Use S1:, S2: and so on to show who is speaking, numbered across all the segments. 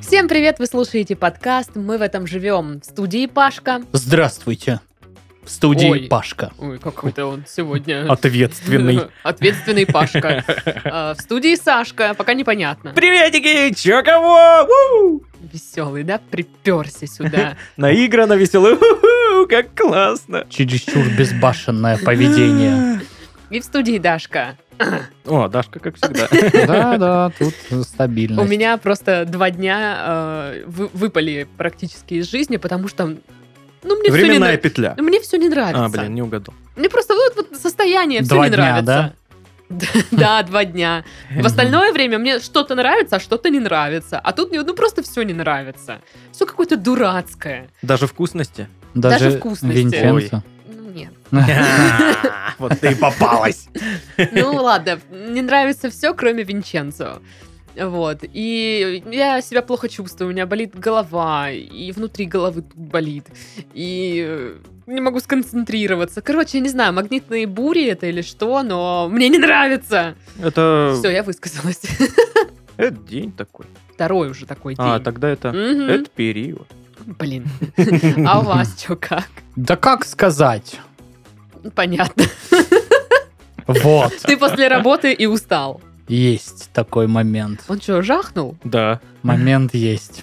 S1: Всем привет! Вы слушаете подкаст «Мы в этом живем». В студии Пашка.
S2: Здравствуйте. В студии
S1: Ой.
S2: Пашка.
S1: Ой, какой-то он сегодня.
S2: Ответственный.
S1: Ответственный Пашка. А, В студии Сашка. Пока непонятно.
S3: Приветики! Чё кого? У!
S1: Веселый, да? Приперся сюда.
S3: Наиграно, весело. У-ху! Как классно!
S2: Чересчур безбашенное поведение.
S1: И в студии Дашка.
S3: О, Дашка, как всегда.
S2: Да-да, тут стабильно.
S1: У меня просто два дня э, вы- выпали практически из жизни, потому что... Ну, мне все не
S3: Временная
S1: нравится.
S3: петля.
S1: Мне все не нравится.
S3: А, блин, не угадал.
S1: Мне просто вот, вот состояние все
S2: Два
S1: не
S2: дня,
S1: нравится. Да, два дня. В остальное время мне что-то нравится, а что-то не нравится. А тут мне ну просто все не нравится. Все какое-то дурацкое.
S3: Даже вкусности.
S1: даже вкусности.
S2: Винченцо.
S1: Ну нет.
S3: Вот ты и попалась.
S1: Ну ладно, не нравится все, кроме Винченцо. Вот. И я себя плохо чувствую, у меня болит голова, и внутри головы тут болит, и э, не могу сконцентрироваться. Короче, я не знаю, магнитные бури это или что, но мне не нравится.
S3: Это
S1: Все, я высказалась.
S3: это день такой.
S1: Второй уже такой день.
S3: А, тогда это...
S1: Мгм.
S3: Это период.
S1: Блин. А у вас что как?
S2: Да как сказать?
S1: Понятно.
S2: Вот,
S1: Ты после работы и устал.
S2: есть такой момент.
S1: Он что, жахнул?
S3: Да.
S2: Момент есть.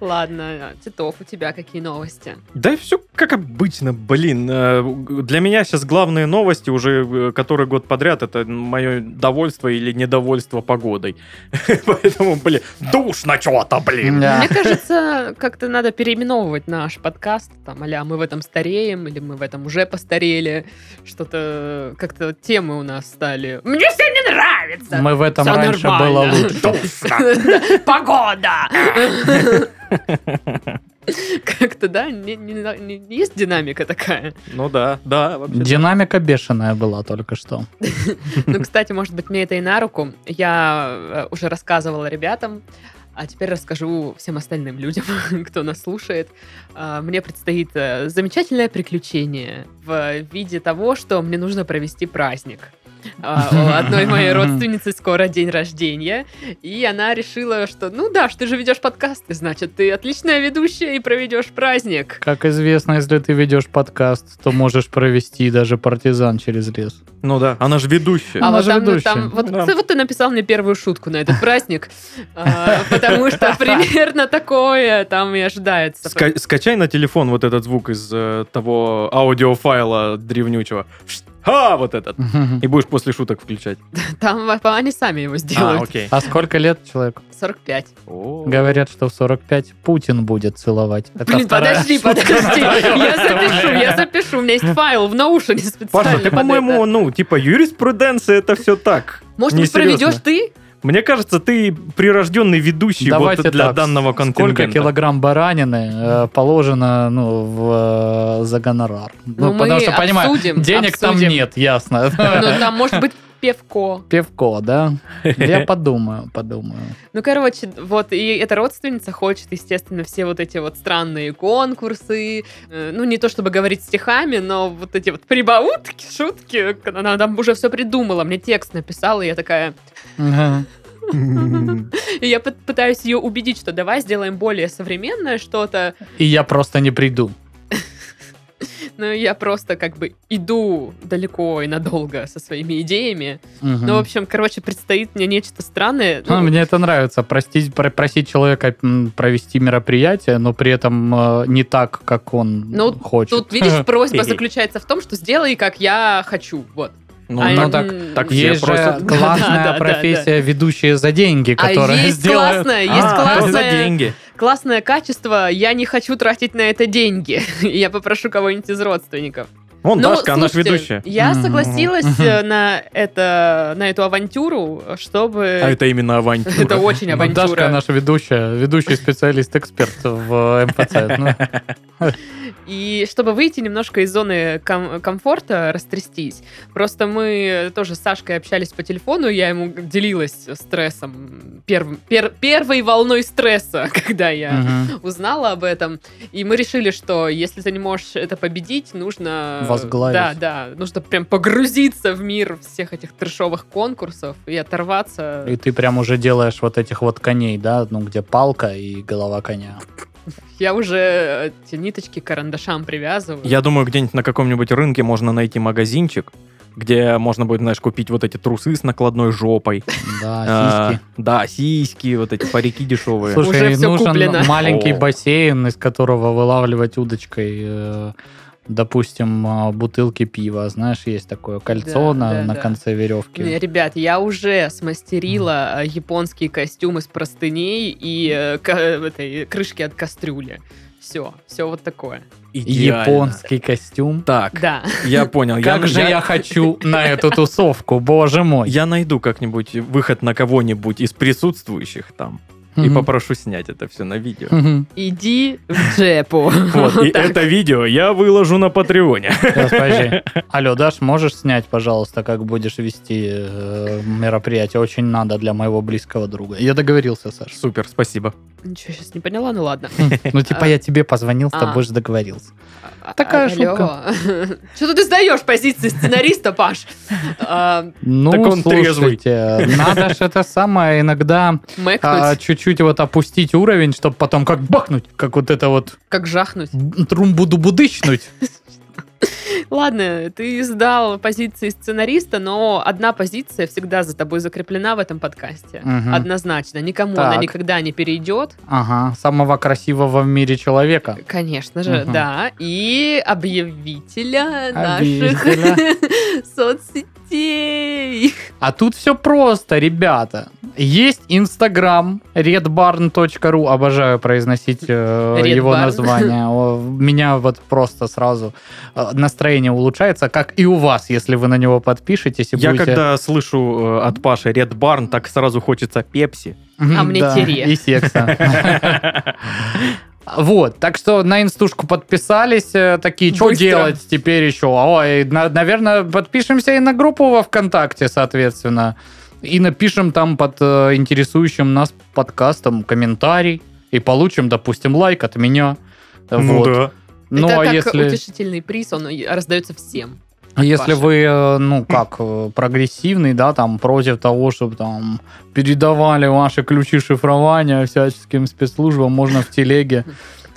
S1: Ладно, Титов, у тебя какие новости?
S3: Да все как обычно, блин. Э, Для меня сейчас главные новости уже э, который год подряд это мое довольство или недовольство погодой. Поэтому, блин, душно что-то, блин.
S2: Да.
S1: Мне кажется, как-то надо переименовывать наш подкаст. Там, а мы в этом стареем, или мы в этом уже постарели. Что-то, как-то темы у нас стали. Мне все не нравится!
S2: Мы в этом
S1: Всё
S2: раньше было
S1: нормально.
S2: лучше.
S1: Погода! Как-то, да, не- не- не- есть динамика такая.
S3: Ну да, да, вообще.
S2: Динамика бешеная была только что.
S1: Ну, кстати, может быть, мне это и на руку. Я э, уже рассказывала ребятам, а теперь расскажу всем остальным людям, кто нас слушает. А, Мне предстоит э, замечательное приключение в виде того, что мне нужно провести праздник. А, У одной моей родственницы скоро день рождения, и она решила, что, ну да, что ты же ведешь подкасты, значит, ты отличная ведущая и проведешь праздник.
S2: Как известно, если ты ведешь подкаст, то можешь провести даже партизан через лес.
S3: Ну да, она же ведущая.
S1: А
S2: Она
S1: вот
S2: же
S1: там, ну,
S2: ведущая.
S1: там- вот,
S3: Да.
S1: ты- вот ты написал мне первую шутку на этот праздник, а, потому что примерно такое там и ожидается.
S3: Ска- скачай на телефон вот этот звук из э, того аудиофайла древнючего. А, вот этот. И будешь после шуток включать.
S1: Там а, они сами его
S3: А,
S1: сделают.
S3: окей.
S2: А сколько лет человеку?
S1: 45.
S3: О.
S2: Говорят, что в 45 Путин будет целовать. Это
S1: Блин,
S2: вторая
S1: подожди,
S2: шутка.
S1: подожди. Я запишу,
S2: стороне.
S1: я запишу. У меня есть файл в наушнике специально.
S3: Паша, ты,
S1: под
S3: по-моему,
S1: это.
S3: ну, типа, юриспруденция это все так.
S1: Может быть,
S3: несерьезно.
S1: проведешь ты?
S3: Мне кажется, ты прирожденный ведущий
S2: Давайте
S3: вот для
S2: так,
S3: данного контингента.
S2: Сколько килограмм баранины э, положено ну, в, э, за гонорар?
S1: Ну, мы
S2: потому что, понимаю,
S1: обсудим,
S2: денег
S1: обсудим.
S2: там нет, ясно.
S1: Ну, там может быть певко.
S2: Певко, да? Я подумаю, подумаю.
S1: Ну, короче, вот, и эта родственница хочет, естественно, все вот эти вот странные конкурсы, э, ну, не то чтобы говорить стихами, но вот эти вот прибаутки, шутки, она там уже все придумала, мне текст написала, и я такая...
S3: Ну,
S1: И я пыт- пытаюсь ее убедить, что давай сделаем более современное что-то,
S2: И я просто не приду.
S1: но я просто как бы иду далеко и надолго со своими идеями.
S2: Мгм.
S1: Ну, в общем, короче, предстоит мне нечто странное.
S2: Ну,
S1: Ну,
S2: мне это нравится. Простить, про- просить человека м, провести мероприятие, но при этом э, не так, как он
S1: Ну,
S2: хочет.
S1: Тут, видишь, просьба заключается в том, что сделай, как я хочу, вот.
S3: Ну,
S1: А,
S2: ну
S1: м,
S2: так-
S3: так все
S2: Есть же
S3: просят.
S2: классная
S1: Да-да-да-да.
S2: профессия, ведущие за деньги,
S1: А
S2: которая
S1: есть
S2: сделает-
S1: классное, есть
S3: А,
S2: ну,
S3: то за
S1: классное,
S3: деньги.
S1: классное качество. Я не хочу тратить на это деньги. Я попрошу кого-нибудь из родственников.
S3: Вон,
S1: Ну,
S3: Дашка, она же
S1: слушайте,
S3: ведущая.
S1: Я
S2: Мгм.
S1: согласилась э, на это, на эту авантюру,
S3: А
S1: чтобы.
S3: это именно авантюра.
S1: Это очень
S2: Ну, Дашка
S1: авантюра.
S2: наша ведущая, ведущий специалист-эксперт в МФЦ. ну.
S1: И чтобы выйти немножко из зоны ком- комфорта, растрястись. Просто мы тоже с Сашкой общались по телефону, я ему делилась стрессом, первым- пер- первой волной стресса, когда я
S2: Мгм.
S1: узнала об этом, и мы решили, что если ты не можешь это победить, нужно
S2: возглавить.
S1: Да, да. Нужно прям погрузиться в мир всех этих трешовых конкурсов и оторваться.
S2: И ты прям уже делаешь вот этих вот коней, да, ну, где палка и голова коня.
S1: Я уже эти ниточки к карандашам привязываю.
S3: Я думаю, где-нибудь на каком-нибудь рынке можно найти магазинчик, где можно будет, знаешь, купить вот эти трусы с накладной жопой.
S2: Да, сиськи.
S3: А, Да, сиськи, вот эти парики дешевые.
S2: Слушай,
S1: Уже всё
S2: нужен
S1: куплено.
S2: маленький
S3: О.
S2: бассейн, из которого вылавливать удочкой, э, допустим, э, бутылки пива. Знаешь, есть такое кольцо
S1: Да,
S2: на,
S1: да,
S2: на
S1: да. Ну,
S2: конце веревки.
S1: Не, Э, ребят, я уже смастерила э, японский костюм из простыней и э, ка- этой крышки от кастрюли. Все, все вот такое.
S3: Идеально.
S2: Японский костюм.
S3: Так,
S1: Да.
S3: я понял.
S2: Как
S3: Ну, я,
S2: же я... хочу на эту тусовку, боже мой.
S3: Я найду как-нибудь выход на кого-нибудь из присутствующих там и
S2: Мгм.
S3: попрошу снять это все на видео.
S2: Мгм.
S1: Иди в джепу.
S3: Вот, и это видео я выложу на Патреоне.
S2: Сейчас, подожди. Алло, Даш, можешь снять, пожалуйста, как будешь вести э, мероприятие? Очень надо для моего близкого друга. Я договорился, Саш.
S3: Супер, спасибо.
S1: Ничего, сейчас не поняла, ну ладно.
S2: Ну, типа, я тебе позвонил, с
S1: А.
S2: тобой же договорился.
S1: А-
S2: Такая
S1: а- алло. Что ты сдаешь позиции сценариста, Паш? А,
S2: Ну,
S3: Так он трезвый.
S2: слушайте, надо же это самое иногда а,
S1: Мэкнуть,
S2: чуть-чуть вот опустить уровень, чтобы потом как бахнуть, как вот это вот
S1: как жахнуть.
S2: трумбуду-будычнуть.
S1: Ладно, ты сдал позиции сценариста, но одна позиция всегда за тобой закреплена в этом подкасте.
S2: Мгм.
S1: Однозначно. Никому она
S2: Так.
S1: никогда не перейдет.
S2: Ага, самого красивого в мире человека.
S1: Конечно же,
S2: Мгм.
S1: да. И объявителя наших
S2: Объявителя.
S1: соцсетей.
S2: А тут все просто, ребята. Есть Инстаграм redbarn.ru. Обожаю произносить э,
S1: Red
S2: его
S1: Barn.
S2: название. О, Меня вот просто сразу э, настроение улучшается, как и у вас, если вы на него подпишетесь. И
S3: Я
S2: будете-
S3: когда слышу э, от Паши Ред Барн, так сразу хочется пепси.
S2: Мгм,
S1: А мне
S2: да,
S1: тире.
S2: И секса. Вот, так что на инстушку подписались, э, такие, что
S1: Быстро.
S2: делать теперь еще? Ой, наверное, подпишемся и на группу во ВКонтакте, соответственно. И напишем там под э, интересующим нас подкастом комментарий. И получим, допустим, лайк от меня.
S3: Ну
S2: Вот.
S3: да.
S2: Ну,
S1: Это
S2: а
S1: как
S2: если...
S1: утешительный приз, он и раздается всем.
S2: А Если
S1: Паша.
S2: вы, э, ну, как, э, прогрессивный, да, там, против того, чтобы там передавали ваши ключи шифрования всяческим спецслужбам, можно в телеге,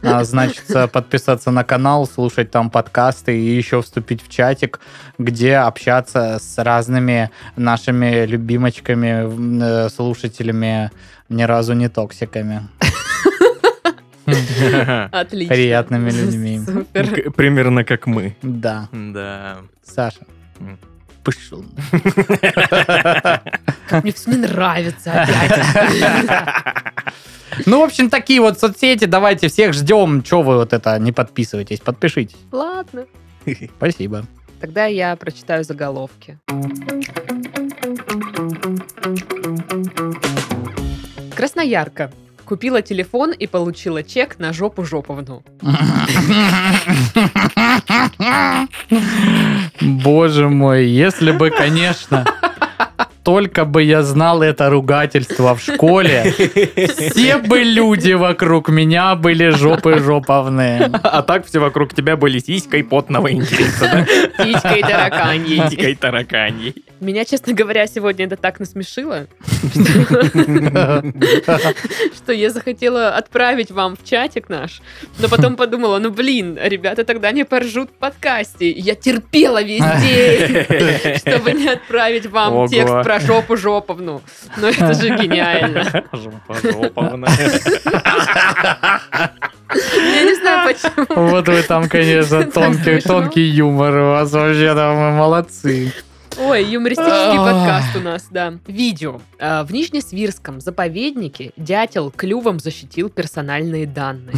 S2: а, значит, э, подписаться на канал, слушать там подкасты и еще вступить в чатик, где общаться с разными нашими любимочками, м, э, слушателями, ни разу не токсиками.
S1: Отлично.
S2: Приятными людьми.
S1: Супер.
S3: К- Примерно как мы.
S2: Да,
S3: Да.
S2: Саша.
S3: М.
S2: Пошел.
S1: Мне все не нравится опять.
S2: Ну, в общем, такие вот соцсети. Давайте всех ждем. Че вы вот это не подписываетесь? Подпишитесь.
S1: Ладно.
S2: Спасибо.
S1: Тогда я прочитаю заголовки. Красноярка. Купила телефон и получила чек на жопу жоповну.
S2: Боже мой, если бы, конечно, только бы я знал это ругательство в школе, все бы люди вокруг меня были жопы жоповные.
S3: А так все вокруг тебя были сиськой потного интереса,
S1: Птичка и
S3: да?
S1: тараканьей.
S3: Сиськой тараканей.
S1: Меня, честно говоря, сегодня это так насмешило, что я захотела отправить вам в чатик наш, но потом подумала, ну блин, ребята тогда не поржут в подкасте. Я терпела весь день, чтобы не отправить вам
S3: Ого.
S1: текст про жопу жоповну. Но это же гениально.
S3: Жопа жоповна.
S1: Я не знаю, почему.
S2: Вот вы там, конечно,
S1: Так
S2: тонкий,
S1: смешно.
S2: тонкий юмор. У вас вообще там вы молодцы.
S1: Ой, юмористический
S2: Ах.
S1: подкаст у нас, да. Видео. А, В Нижнесвирском заповеднике дятел клювом защитил персональные данные.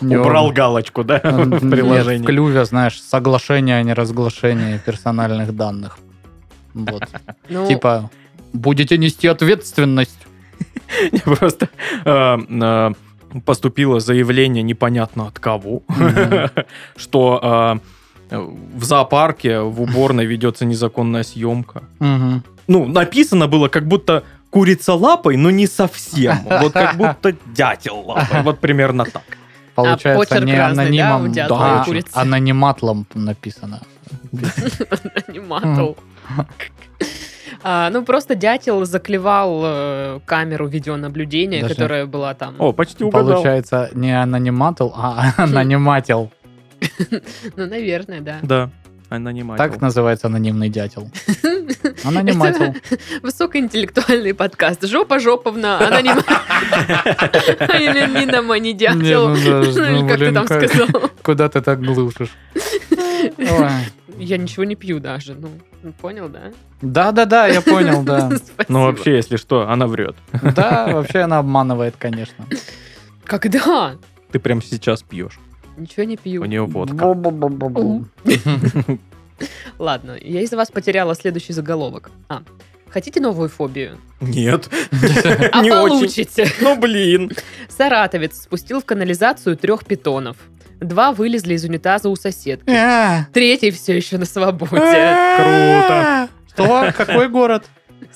S3: Убрал галочку, да, в
S2: Нет, в
S3: приложении.
S2: клюве, знаешь, соглашение, а не разглашение персональных данных. Вот.
S1: Ну,
S2: Типа, будете нести ответственность.
S3: Просто э, э, поступило заявление непонятно от кого,
S2: Мгм.
S3: что э, в зоопарке в уборной ведется незаконная съемка.
S2: Мгм.
S3: Ну, написано было как будто курица лапой, но не совсем. Вот как будто дятел лапой. Вот примерно так.
S2: получается
S1: А почерк
S2: не
S1: разный, да, у
S2: анонимом,
S1: дятла
S2: да,
S3: и
S1: курицы.
S2: анониматлом написано.
S1: Аниматол. А, Ну, просто дятел заклевал э, камеру видеонаблюдения,
S2: Даже-
S1: которая была там.
S3: О, почти угадал.
S2: Получается не анониматл, а анонимател.
S1: Ну, наверное, да.
S3: Да. Анонимател.
S2: Так называется анонимный дятел. Анонимател.
S1: Высокоинтеллектуальный подкаст. Жопа Жоповна, она не... Или Нина
S2: Не,
S1: Манидятел.
S2: ну да, ну,
S1: Или как ты
S2: блин,
S1: там
S2: как-
S1: сказал.
S2: Куда ты так глушишь? Ой.
S1: Я ничего не пью даже. Ну, ну, понял, да?
S2: Да-да-да, я понял, да.
S1: Спасибо.
S3: Ну, вообще, если что, она врет.
S2: Да, вообще она обманывает, конечно.
S1: Когда?
S3: Ты прям сейчас пьешь.
S1: Ничего не
S3: У
S1: пью.
S3: нее водка.
S2: Бу-бу-бу-бу-бу.
S1: Ладно, я из-за вас потеряла следующий заголовок. А, хотите новую фобию?
S3: Нет.
S1: А
S3: Не очень.
S1: получите.
S3: Ну, блин.
S1: Саратовец спустил в канализацию трех питонов. Два вылезли из унитаза у соседки.
S2: Э,
S1: Третий все еще на свободе.
S3: Круто.
S2: Что? Какой город?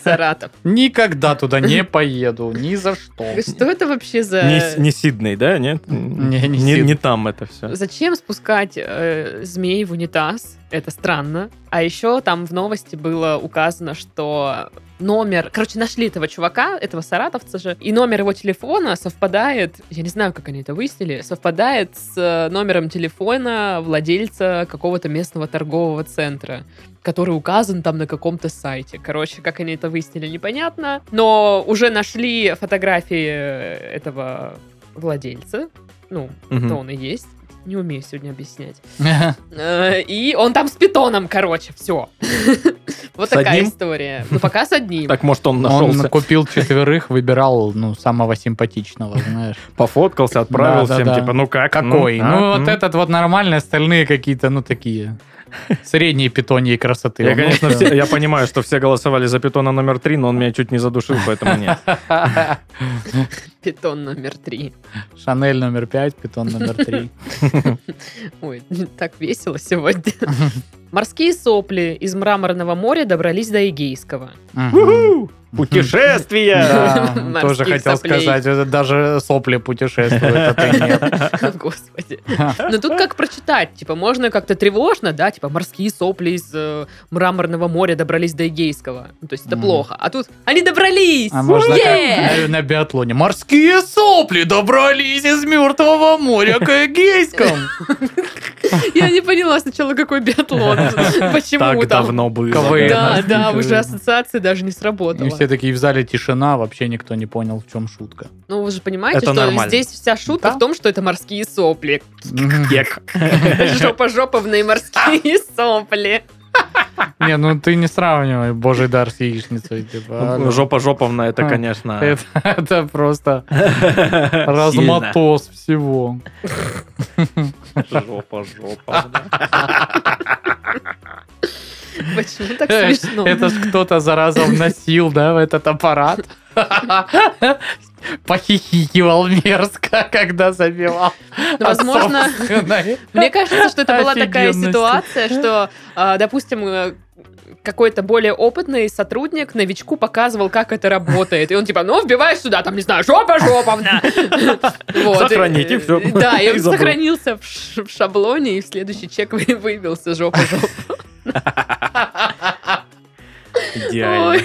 S1: Саратов.
S2: Никогда туда не поеду, ни за что.
S1: Что это вообще за...
S3: Не С- не Сидней, да? Нет?
S2: Не, не
S3: Не
S2: Сидней.
S3: там это все.
S1: Зачем спускать э, змей в унитаз? Это странно. А еще там в новости было указано, что номер... Короче, нашли этого чувака, этого саратовца же, и номер его телефона совпадает, я не знаю, как они это выяснили, совпадает с э, номером телефона владельца какого-то местного торгового центра который указан там на каком-то сайте. Короче, как они это выяснили, непонятно. Но уже нашли фотографии э, этого владельца. Ну,
S3: Мгм.
S1: кто он и есть. Не умею сегодня объяснять.
S2: Э,
S1: Э, И он там с питоном, короче, все. Вот
S3: С
S1: такая
S3: одним?
S1: история. Ну, пока с одним.
S3: Так, может, он
S2: Он
S3: нашелся.
S2: купил четверых, выбирал, ну, самого симпатичного, знаешь.
S3: Пофоткался, отправил
S2: Да, да,
S3: всем,
S2: да.
S3: типа, ну как?
S2: Какой?
S3: а,
S2: Ну, вот
S3: м?
S2: этот вот нормальный, остальные какие-то, ну, такие средние питоньи красоты. Ну,
S3: Я, конечно,
S2: да.
S3: все- я понимаю, что все голосовали за питона номер три, но он меня чуть не задушил, поэтому нет.
S1: Питон номер три.
S2: Шанель номер пять, питон номер три.
S1: Ой, так весело сегодня. Морские сопли из Мраморного моря добрались до Эгейского.
S2: Мгм.
S3: Уху! Путешествия!
S2: Да, тоже
S1: Морских
S2: хотел
S1: соплей.
S2: сказать, это даже сопли путешествуют, а ты нет.
S1: Господи. Но тут как прочитать? Типа, можно как-то тревожно, да? Типа, морские сопли из э, Мраморного моря добрались до Эгейского. Ну, то есть это
S2: Мгм.
S1: плохо. А тут они добрались!
S2: А можно как
S1: Е!
S2: на- на биатлоне. Морские сопли добрались из Мертвого моря к Эгейскому.
S1: Я не поняла сначала, какой биатлон. Почему
S3: Так
S1: там?
S3: давно было.
S2: КВН.
S1: Да,
S2: Нафиг,
S1: да, уже
S2: э.
S1: ассоциация даже не
S2: И
S1: сработала.
S2: все такие в зале тишина, вообще никто не понял, в чем шутка.
S1: Ну, вы же понимаете,
S3: Это
S1: что
S3: нормально.
S1: здесь вся шутка
S2: Да.
S1: в том, что это морские сопли.
S3: Кек.
S1: Жопа-жоповные морские сопли.
S2: Не, ну ты не сравнивай божий дар с яичницей. типа, алло.
S3: Ну, Жопа жоповна, это, конечно.
S2: Это это просто
S3: сильно.
S2: размотос всего.
S3: Жопа жопа.
S1: Почему так
S2: Э,
S1: смешно?
S2: Это ж кто-то, зараза, вносил, да, в этот аппарат. Похихикивал мерзко, когда забивал.
S1: Ну, Возможно,
S2: От собственной.
S1: Мне кажется, что это была такая
S2: Офигенности.
S1: ситуация, что, а, допустим, э, какой-то более опытный сотрудник новичку показывал, как это работает. И он типа, ну, вбиваешь сюда, там, не знаю, жопа жоповна. Вот. Э,
S3: Сохранить, и всё.
S1: Да, и он
S3: И забыл.
S1: сохранился в ш- в шаблоне, и в следующий чек вы- выбился жопа жопа.
S3: Идеально.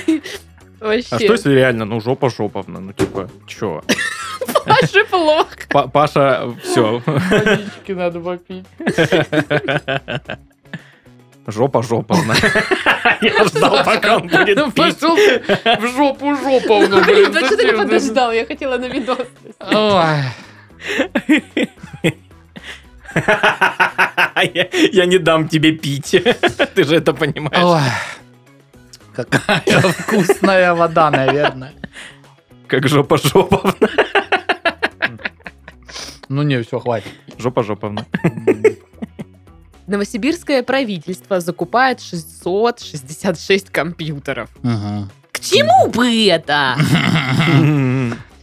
S1: Ой,
S3: А что
S1: Вообще,
S3: если реально, ну, жопа жоповна, ну, типа, чё?
S1: Паше плохо.
S3: Па- Паша, все.
S2: Водички надо попить.
S3: Жопа жоповна. Я ждал, пока он
S1: Ну,
S3: будет пить.
S2: Пошел ты в жопу жоповну,
S1: Блин,
S2: блин.
S1: да что ты не
S2: зачем
S1: подождал? Я хотела на видос.
S2: Ой.
S3: Я я не дам тебе пить. Ты же это понимаешь.
S2: Ой. Какая вкусная вода, наверное.
S3: Как жопа жоповна.
S2: Ну не, все, хватит.
S3: Жопа жоповна.
S1: Новосибирское правительство закупает 666 компьютеров.
S2: Мгм.
S1: К чему бы это?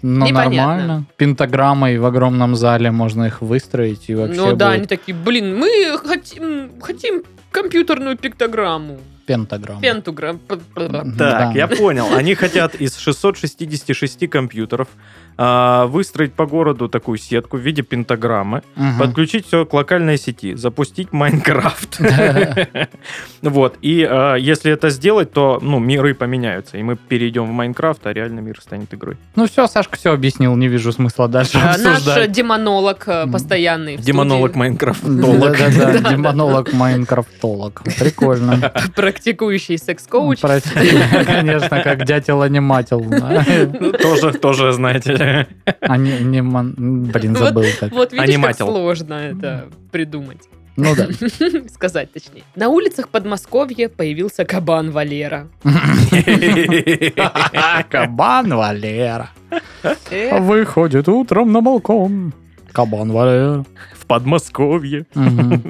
S2: Ну,
S1: Непонятно.
S2: нормально. Пентаграммой в огромном зале можно их выстроить и вообще
S1: Ну да, они
S2: будет
S1: такие, блин, мы хотим, хотим компьютерную пиктограмму.
S2: пентаграмма.
S1: Пентуграмму.
S2: Да.
S3: Так, я понял. Они хотят из 666 компьютеров а, выстроить по городу такую сетку в виде пентаграммы,
S2: Мгм.
S3: подключить все к локальной сети, запустить Майнкрафт. Вот. И а, если это сделать, то ну, миры поменяются, и мы перейдем в Майнкрафт, а реально мир станет игрой.
S2: Ну все, Сашка все объяснил, не вижу смысла дальше
S1: А, Наш э,
S2: обсуждать.
S1: демонолог э, постоянный. в
S3: Демонолог
S1: студии,
S3: Майнкрафтолог.
S2: Да-да-да, демонолог, майнкрафтолог. Прикольно.
S1: практикующий секс-коуч.
S2: Прости, конечно, как дятел-анимател.
S3: Ну, Тоже, тоже, знаете.
S2: А Аниман... Блин, забыл как.
S1: Вот видишь,
S3: Анимател.
S1: как сложно это придумать.
S2: Ну да.
S1: Сказать точнее. На улицах Подмосковья появился кабан Валера.
S2: Кабан Валера
S1: Э,
S2: выходит утром на балкон. Кабан Валера.
S3: В Подмосковье.
S2: Мгм.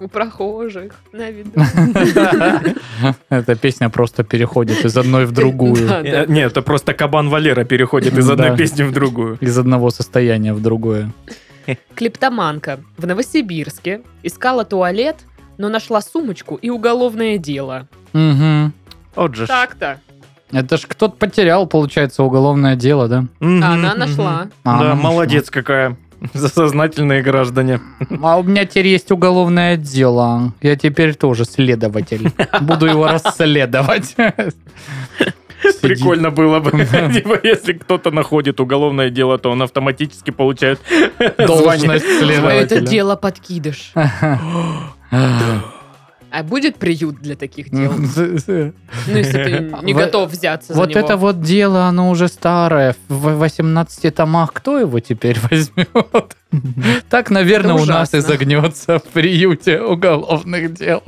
S1: у прохожих на виду.
S2: Эта песня просто переходит из одной в другую.
S1: Да, да.
S3: Э, Нет, это просто кабан Валера переходит из
S2: Да.
S3: одной песни в другую.
S2: Из одного состояния в другое.
S1: Клептоманка в Новосибирске искала туалет, но нашла сумочку и уголовное дело.
S2: Мгм.
S3: Вот же ж.
S1: Так-то.
S2: Это ж кто-то потерял, получается, уголовное дело, да?
S3: Мгм,
S1: А она
S3: мгм.
S1: нашла.
S2: А,
S3: Да,
S2: ну,
S3: молодец какая. За сознательные граждане.
S2: А у меня теперь есть уголовное дело. Я теперь тоже следователь. Буду его расследовать.
S3: Прикольно было бы. Типа, если кто-то находит уголовное дело, то он автоматически получает
S2: Сидит Должность
S1: Это
S2: следователя.
S1: дело подкидыш. А будет приют для таких дел? Ну, если ты не
S2: Во-
S1: готов взяться за
S2: Вот
S1: него.
S2: это вот дело, оно уже старое. В 18 томах кто его теперь возьмет? Так, наверное,
S1: Это
S2: у нас и
S1: ужасно.
S2: загнется в приюте уголовных дел.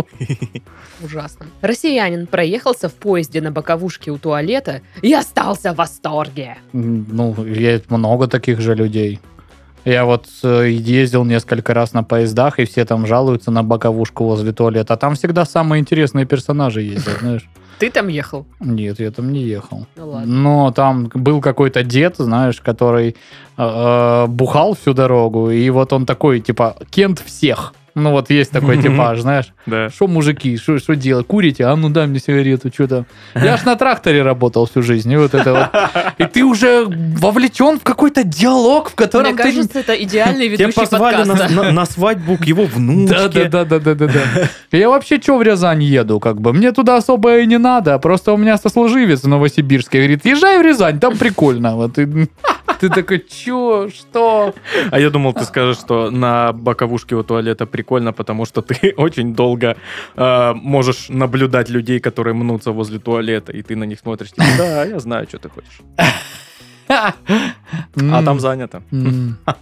S1: Ужасно. Россиянин проехался в поезде на боковушке у туалета и остался в восторге.
S2: Ну, есть много таких же людей. Я вот э, ездил несколько раз на поездах, и все там жалуются на боковушку возле туалета. А там всегда самые интересные персонажи ездят, знаешь.
S1: Ты там ехал?
S2: Нет, я там не ехал.
S1: Ну ладно.
S2: Но там был какой-то дед, знаешь, который э, э, бухал всю дорогу, и вот он такой, типа, кент всех. Ну вот есть такой типаж, знаешь.
S3: Да.
S2: Что, мужики, что делать? Курите? А ну дай мне сигарету, что там? Я ж на тракторе работал всю жизнь, и вот это вот. И ты уже вовлечен в какой-то диалог, в котором
S1: Мне
S2: ты...
S1: кажется, это идеальный
S3: Тебя
S1: ведущий
S3: позвали на,
S1: подкаста.
S3: на- на свадьбу к его
S2: Да, да,
S3: внучке.
S2: да, да, да, да, да. Я вообще что в Рязань еду, как бы. Мне туда особо и не надо. а Просто у меня сослуживец в Новосибирске говорит, езжай в Рязань, там прикольно. Вот и- ты такой, чё, что?
S3: А я думал, ты скажешь, что на боковушке у туалета прикольно, потому что ты очень долго э, можешь наблюдать людей, которые мнутся возле туалета, и ты на них смотришь. типа, да, я знаю, что ты хочешь.
S2: А
S3: А там занято.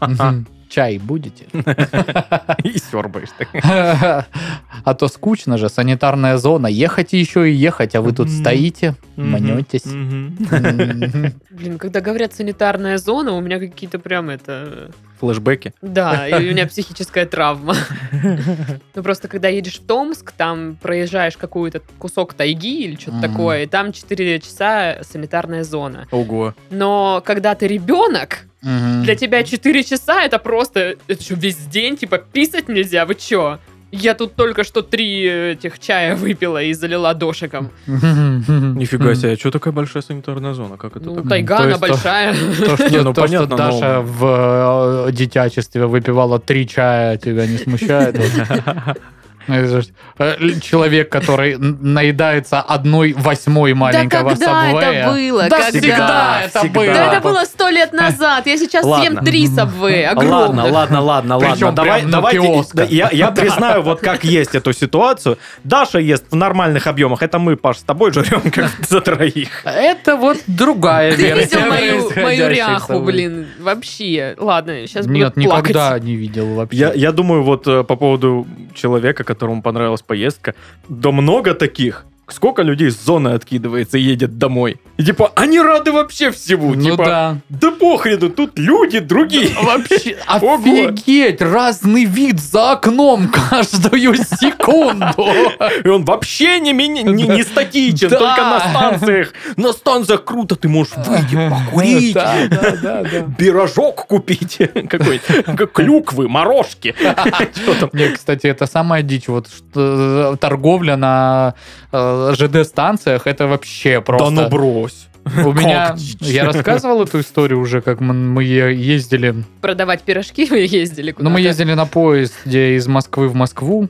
S2: Чай будете?
S3: И сербаешь ты.
S2: А то скучно же, санитарная зона. Ехать еще и ехать, а вы тут
S3: Мгм.
S2: стоите, мнетесь.
S3: Мгм.
S2: Мгм.
S1: Блин, когда говорят санитарная зона, у меня какие-то прям это...
S3: Флэшбэки.
S1: Да, и у меня психическая травма. Ну просто когда едешь в Томск, там проезжаешь какой-то кусок тайги или что-то
S2: Мгм.
S1: такое, и там 4 часа санитарная зона.
S3: Ого.
S1: Но когда ты ребенок,
S2: Мгм.
S1: Для тебя 4 часа это просто... Это что, весь день, типа, писать нельзя? Вы чё? Я тут только что три э, этих чая выпила и залила дошиком.
S3: Нифига себе, а что такая большая санитарная зона? Как это
S1: Ну,
S3: так?
S1: тайга,
S2: то
S1: она
S2: есть то-
S1: большая.
S2: То, что,
S3: Не, ну,
S2: то, что
S3: понятно, но-
S2: Даша в э, детячестве выпивала три чая, тебя не смущает? Вот. Это ж, э, Человек, который н- наедается одной восьмой маленького
S1: когда это
S2: Subway.
S1: было?
S2: Да
S1: Когда?
S2: всегда это
S3: Всегда.
S2: было.
S1: Да это было сто лет назад. Я сейчас съем
S3: Ладно.
S1: три сабвы.
S3: А Ладно,
S1: Огромных.
S3: ладно, ладно,
S2: Причем
S3: ладно. Давай,
S2: прям на
S3: давайте.
S2: киоск.
S3: да, Я, я признаю, вот как есть эту ситуацию. Даша ест в нормальных объемах. Это мы, Паш, с тобой жрем как за троих.
S2: Это вот другая
S1: Ты
S2: версия.
S1: видел мою, мою
S2: происходящих
S1: ряху,
S2: событий.
S1: блин? Вообще. Ладно, сейчас буду
S2: Нет, никогда
S1: плакать.
S2: не видел вообще.
S3: Я, я думаю, вот э, по поводу человека, которому понравилась поездка, да много таких. Сколько людей с зоны откидывается и едет домой? И типа, они рады вообще всему.
S2: ну
S3: типа,
S2: да.
S3: да похрену, тут люди другие.
S2: Вообще,
S3: Ого.
S2: офигеть, разный вид за окном каждую секунду.
S3: И он вообще не, мини- не, не статичен,
S2: Да.
S3: только на станциях. На станциях круто, ты можешь выйти, покурить,
S2: Да, да, да, да.
S3: пирожок купить какой-то, как клюквы, морожки. ну Что там?
S2: Не, кстати, это самая дичь. Вот что, э, торговля на э, ЖД-станциях, это вообще
S3: Да ну
S2: просто...
S3: брось.
S2: У меня...
S3: Когтич.
S2: Я рассказывал эту историю уже, как мы- мы е- ездили...
S1: Продавать пирожки вы ездили куда-то.
S2: Ну, мы ездили на поезде из Москвы в Москву.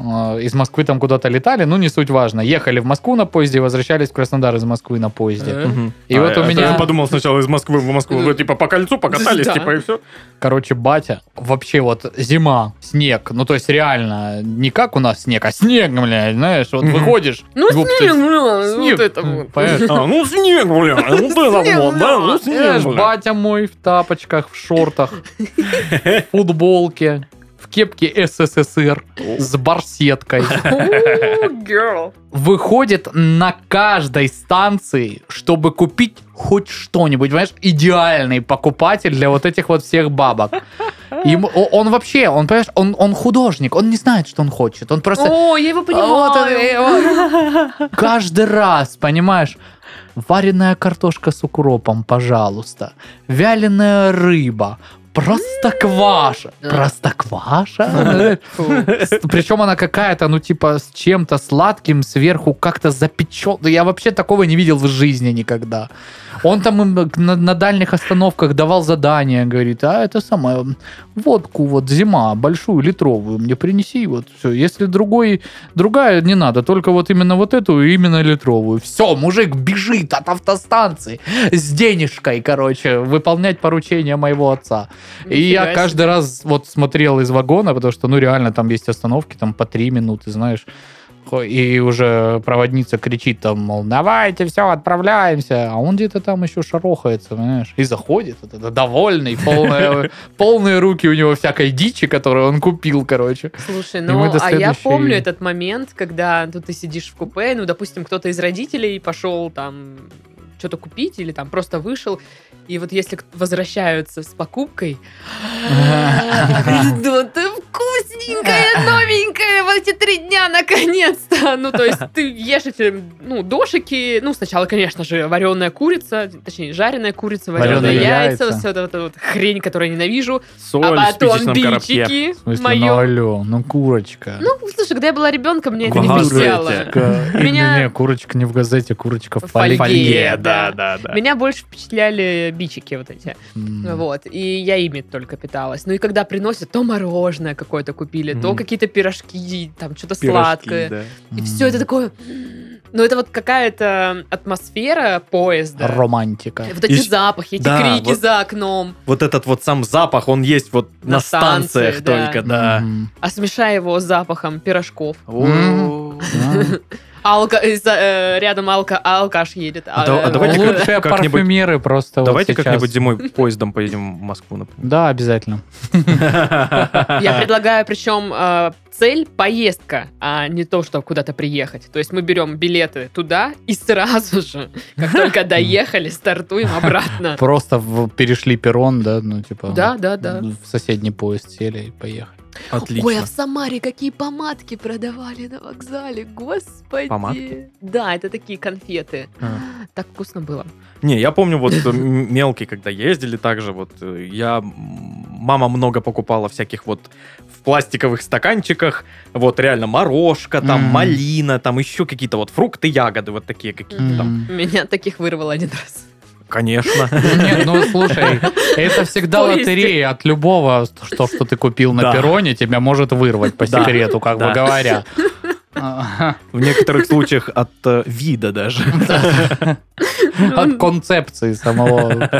S2: Э, Из Москвы там куда-то летали, ну, не суть важно. Ехали в Москву на поезде, возвращались в Краснодар из Москвы на поезде.
S1: Э.
S3: Мгм. А
S2: И вот у
S3: это
S2: меня-
S3: Я подумал сначала из Москвы в Москву,
S1: Ну,
S3: вы, типа по кольцу покатались,
S1: да.
S3: типа и все.
S2: Короче, батя, вообще вот зима, снег, ну, то есть реально, не как у нас снег, а снег, блядь, знаешь, вот
S3: Мгм.
S2: выходишь...
S1: Ну,
S2: ёпта,
S1: снег, ну,
S2: снег.
S1: вот это вот.
S2: Понятно.
S3: А, ну снег, бля, ну вот
S1: Снег,
S3: это вот, да, ну
S1: да.
S2: Знаешь,
S3: снег, бля.
S2: батя мой в тапочках, в шортах, в футболке, в кепке СССР с барсеткой.
S1: Ooh, girl.
S2: Выходит на каждой станции, чтобы купить хоть что-нибудь. Понимаешь, идеальный покупатель для вот этих вот всех бабок. Ему- о- он вообще, он, понимаешь, он, он художник, он не знает, что он хочет. Он просто...
S1: О, я его
S2: Вот это и
S1: понимаю.
S2: вот. Каждый раз, понимаешь, вареная картошка с укропом, пожалуйста, вяленая рыба, простокваша.
S1: Да.
S2: Простокваша?
S1: Фу.
S2: С- Причем она какая-то, ну, типа, с чем-то сладким сверху, как-то запечен. Я вообще такого не видел в жизни никогда. Он там им на, на дальних остановках давал задания, говорит, а это самое, водку вот зима, большую, литровую мне принеси, вот все. Если другой, другая не надо, только вот именно вот эту и именно литровую. Все, мужик бежит от автостанции с денежкой, короче, выполнять поручение моего отца. И
S1: Нифига
S2: я
S1: себе.
S2: каждый раз вот смотрел из вагона, потому что, ну, реально, там есть остановки, там по три минуты, знаешь. Хо- И уже проводница кричит там, мол, давайте, все, отправляемся. А он где-то там еще шарохается, понимаешь. И заходит, вот это довольный, полная- полные руки у него всякой дичи, которую он купил, короче.
S1: Слушай,
S2: И мы
S1: ну,
S2: до
S1: а я
S2: следующей-
S1: помню этот момент, когда ну, ты сидишь в купе, ну, допустим, кто-то из родителей пошел там что-то купить или там просто вышел, и вот если к- возвращаются с покупкой, ну ты вкусненькая, новенькая в эти три дня наконец-то. Ну, то есть ты ешь эти, ну, дошики, ну, сначала, конечно же, вареная курица, точнее, жареная курица, вареные
S2: Вареные
S1: яйца,
S2: яйца.
S1: вот эта вот- вот хрень, которую я ненавижу,
S3: Соль
S1: а
S3: в
S1: потом
S3: спичечном коробке.
S1: бичики,
S2: В смысле,
S1: мое
S2: ну алло, ну курочка.
S1: ну, слушай, когда я была ребенком, мне это не
S3: Курочка.
S1: впечатляло. меня-
S2: меня... Не, курочка не в газете, курочка в
S1: В фольге.
S2: фольге.
S3: Фольге,
S1: да.
S3: да, да, да.
S1: Меня больше впечатляли бичики вот эти.
S2: М.
S1: Вот. И я ими только питалась. Ну и когда приносят, то мороженое какое-то купили, то
S3: Мгм.
S1: какие-то пирожки, там что-то
S3: Пирожки,
S1: сладкое.
S3: да.
S1: И все это такое... Ну это вот какая-то атмосфера поезда.
S2: Романтика.
S1: Вот эти
S3: И-
S1: запахи, эти
S3: А да,
S1: крики
S3: вот-
S1: за окном.
S3: Вот этот вот сам запах, он есть вот
S1: На
S3: на станциях
S1: станции, да.
S3: только, да.
S2: М.
S1: А смешай его с запахом пирожков.
S3: О.
S2: Да.
S1: Алка, э, за- э, рядом алка, алкаш едет. Э,
S3: А да- а давайте как-
S2: Лучшие
S3: как-нибудь-
S2: парфюмеры просто вот
S3: Давайте
S2: сейчас.
S3: как-нибудь зимой поездом поедем в Москву, например.
S2: Да, обязательно.
S1: Я предлагаю, причем э, цель поездка, а не то, что куда-то приехать. То есть мы берем билеты туда и сразу же, как только доехали, стартуем обратно.
S2: Просто в- перешли перрон, да, ну типа...
S1: Да, да, да.
S2: В соседний поезд сели и поехали.
S1: Ой, а
S3: Отлично.
S1: в Самаре какие помадки продавали на вокзале, господи.
S3: Помадки?
S1: Да, это такие конфеты.
S3: А.
S1: Так вкусно было.
S3: Не, я помню, вот э, м- мелкий, когда ездили, также вот э, я... м, Мама много покупала всяких вот в пластиковых стаканчиках, вот реально морожка, там
S2: Мгм.
S3: малина, там еще какие-то вот фрукты, ягоды, вот такие какие-то там.
S2: М.
S1: Меня таких вырвал один раз.
S3: Конечно.
S2: Нет, ну слушай, это всегда
S1: В поезде.
S2: лотерея от любого, что, что ты купил на
S3: Да.
S2: перроне, тебя может вырвать по
S3: Да.
S2: секрету, как бы
S3: Да.
S2: говоря. А,
S3: В некоторых случаях от э, вида даже.
S2: От концепции самого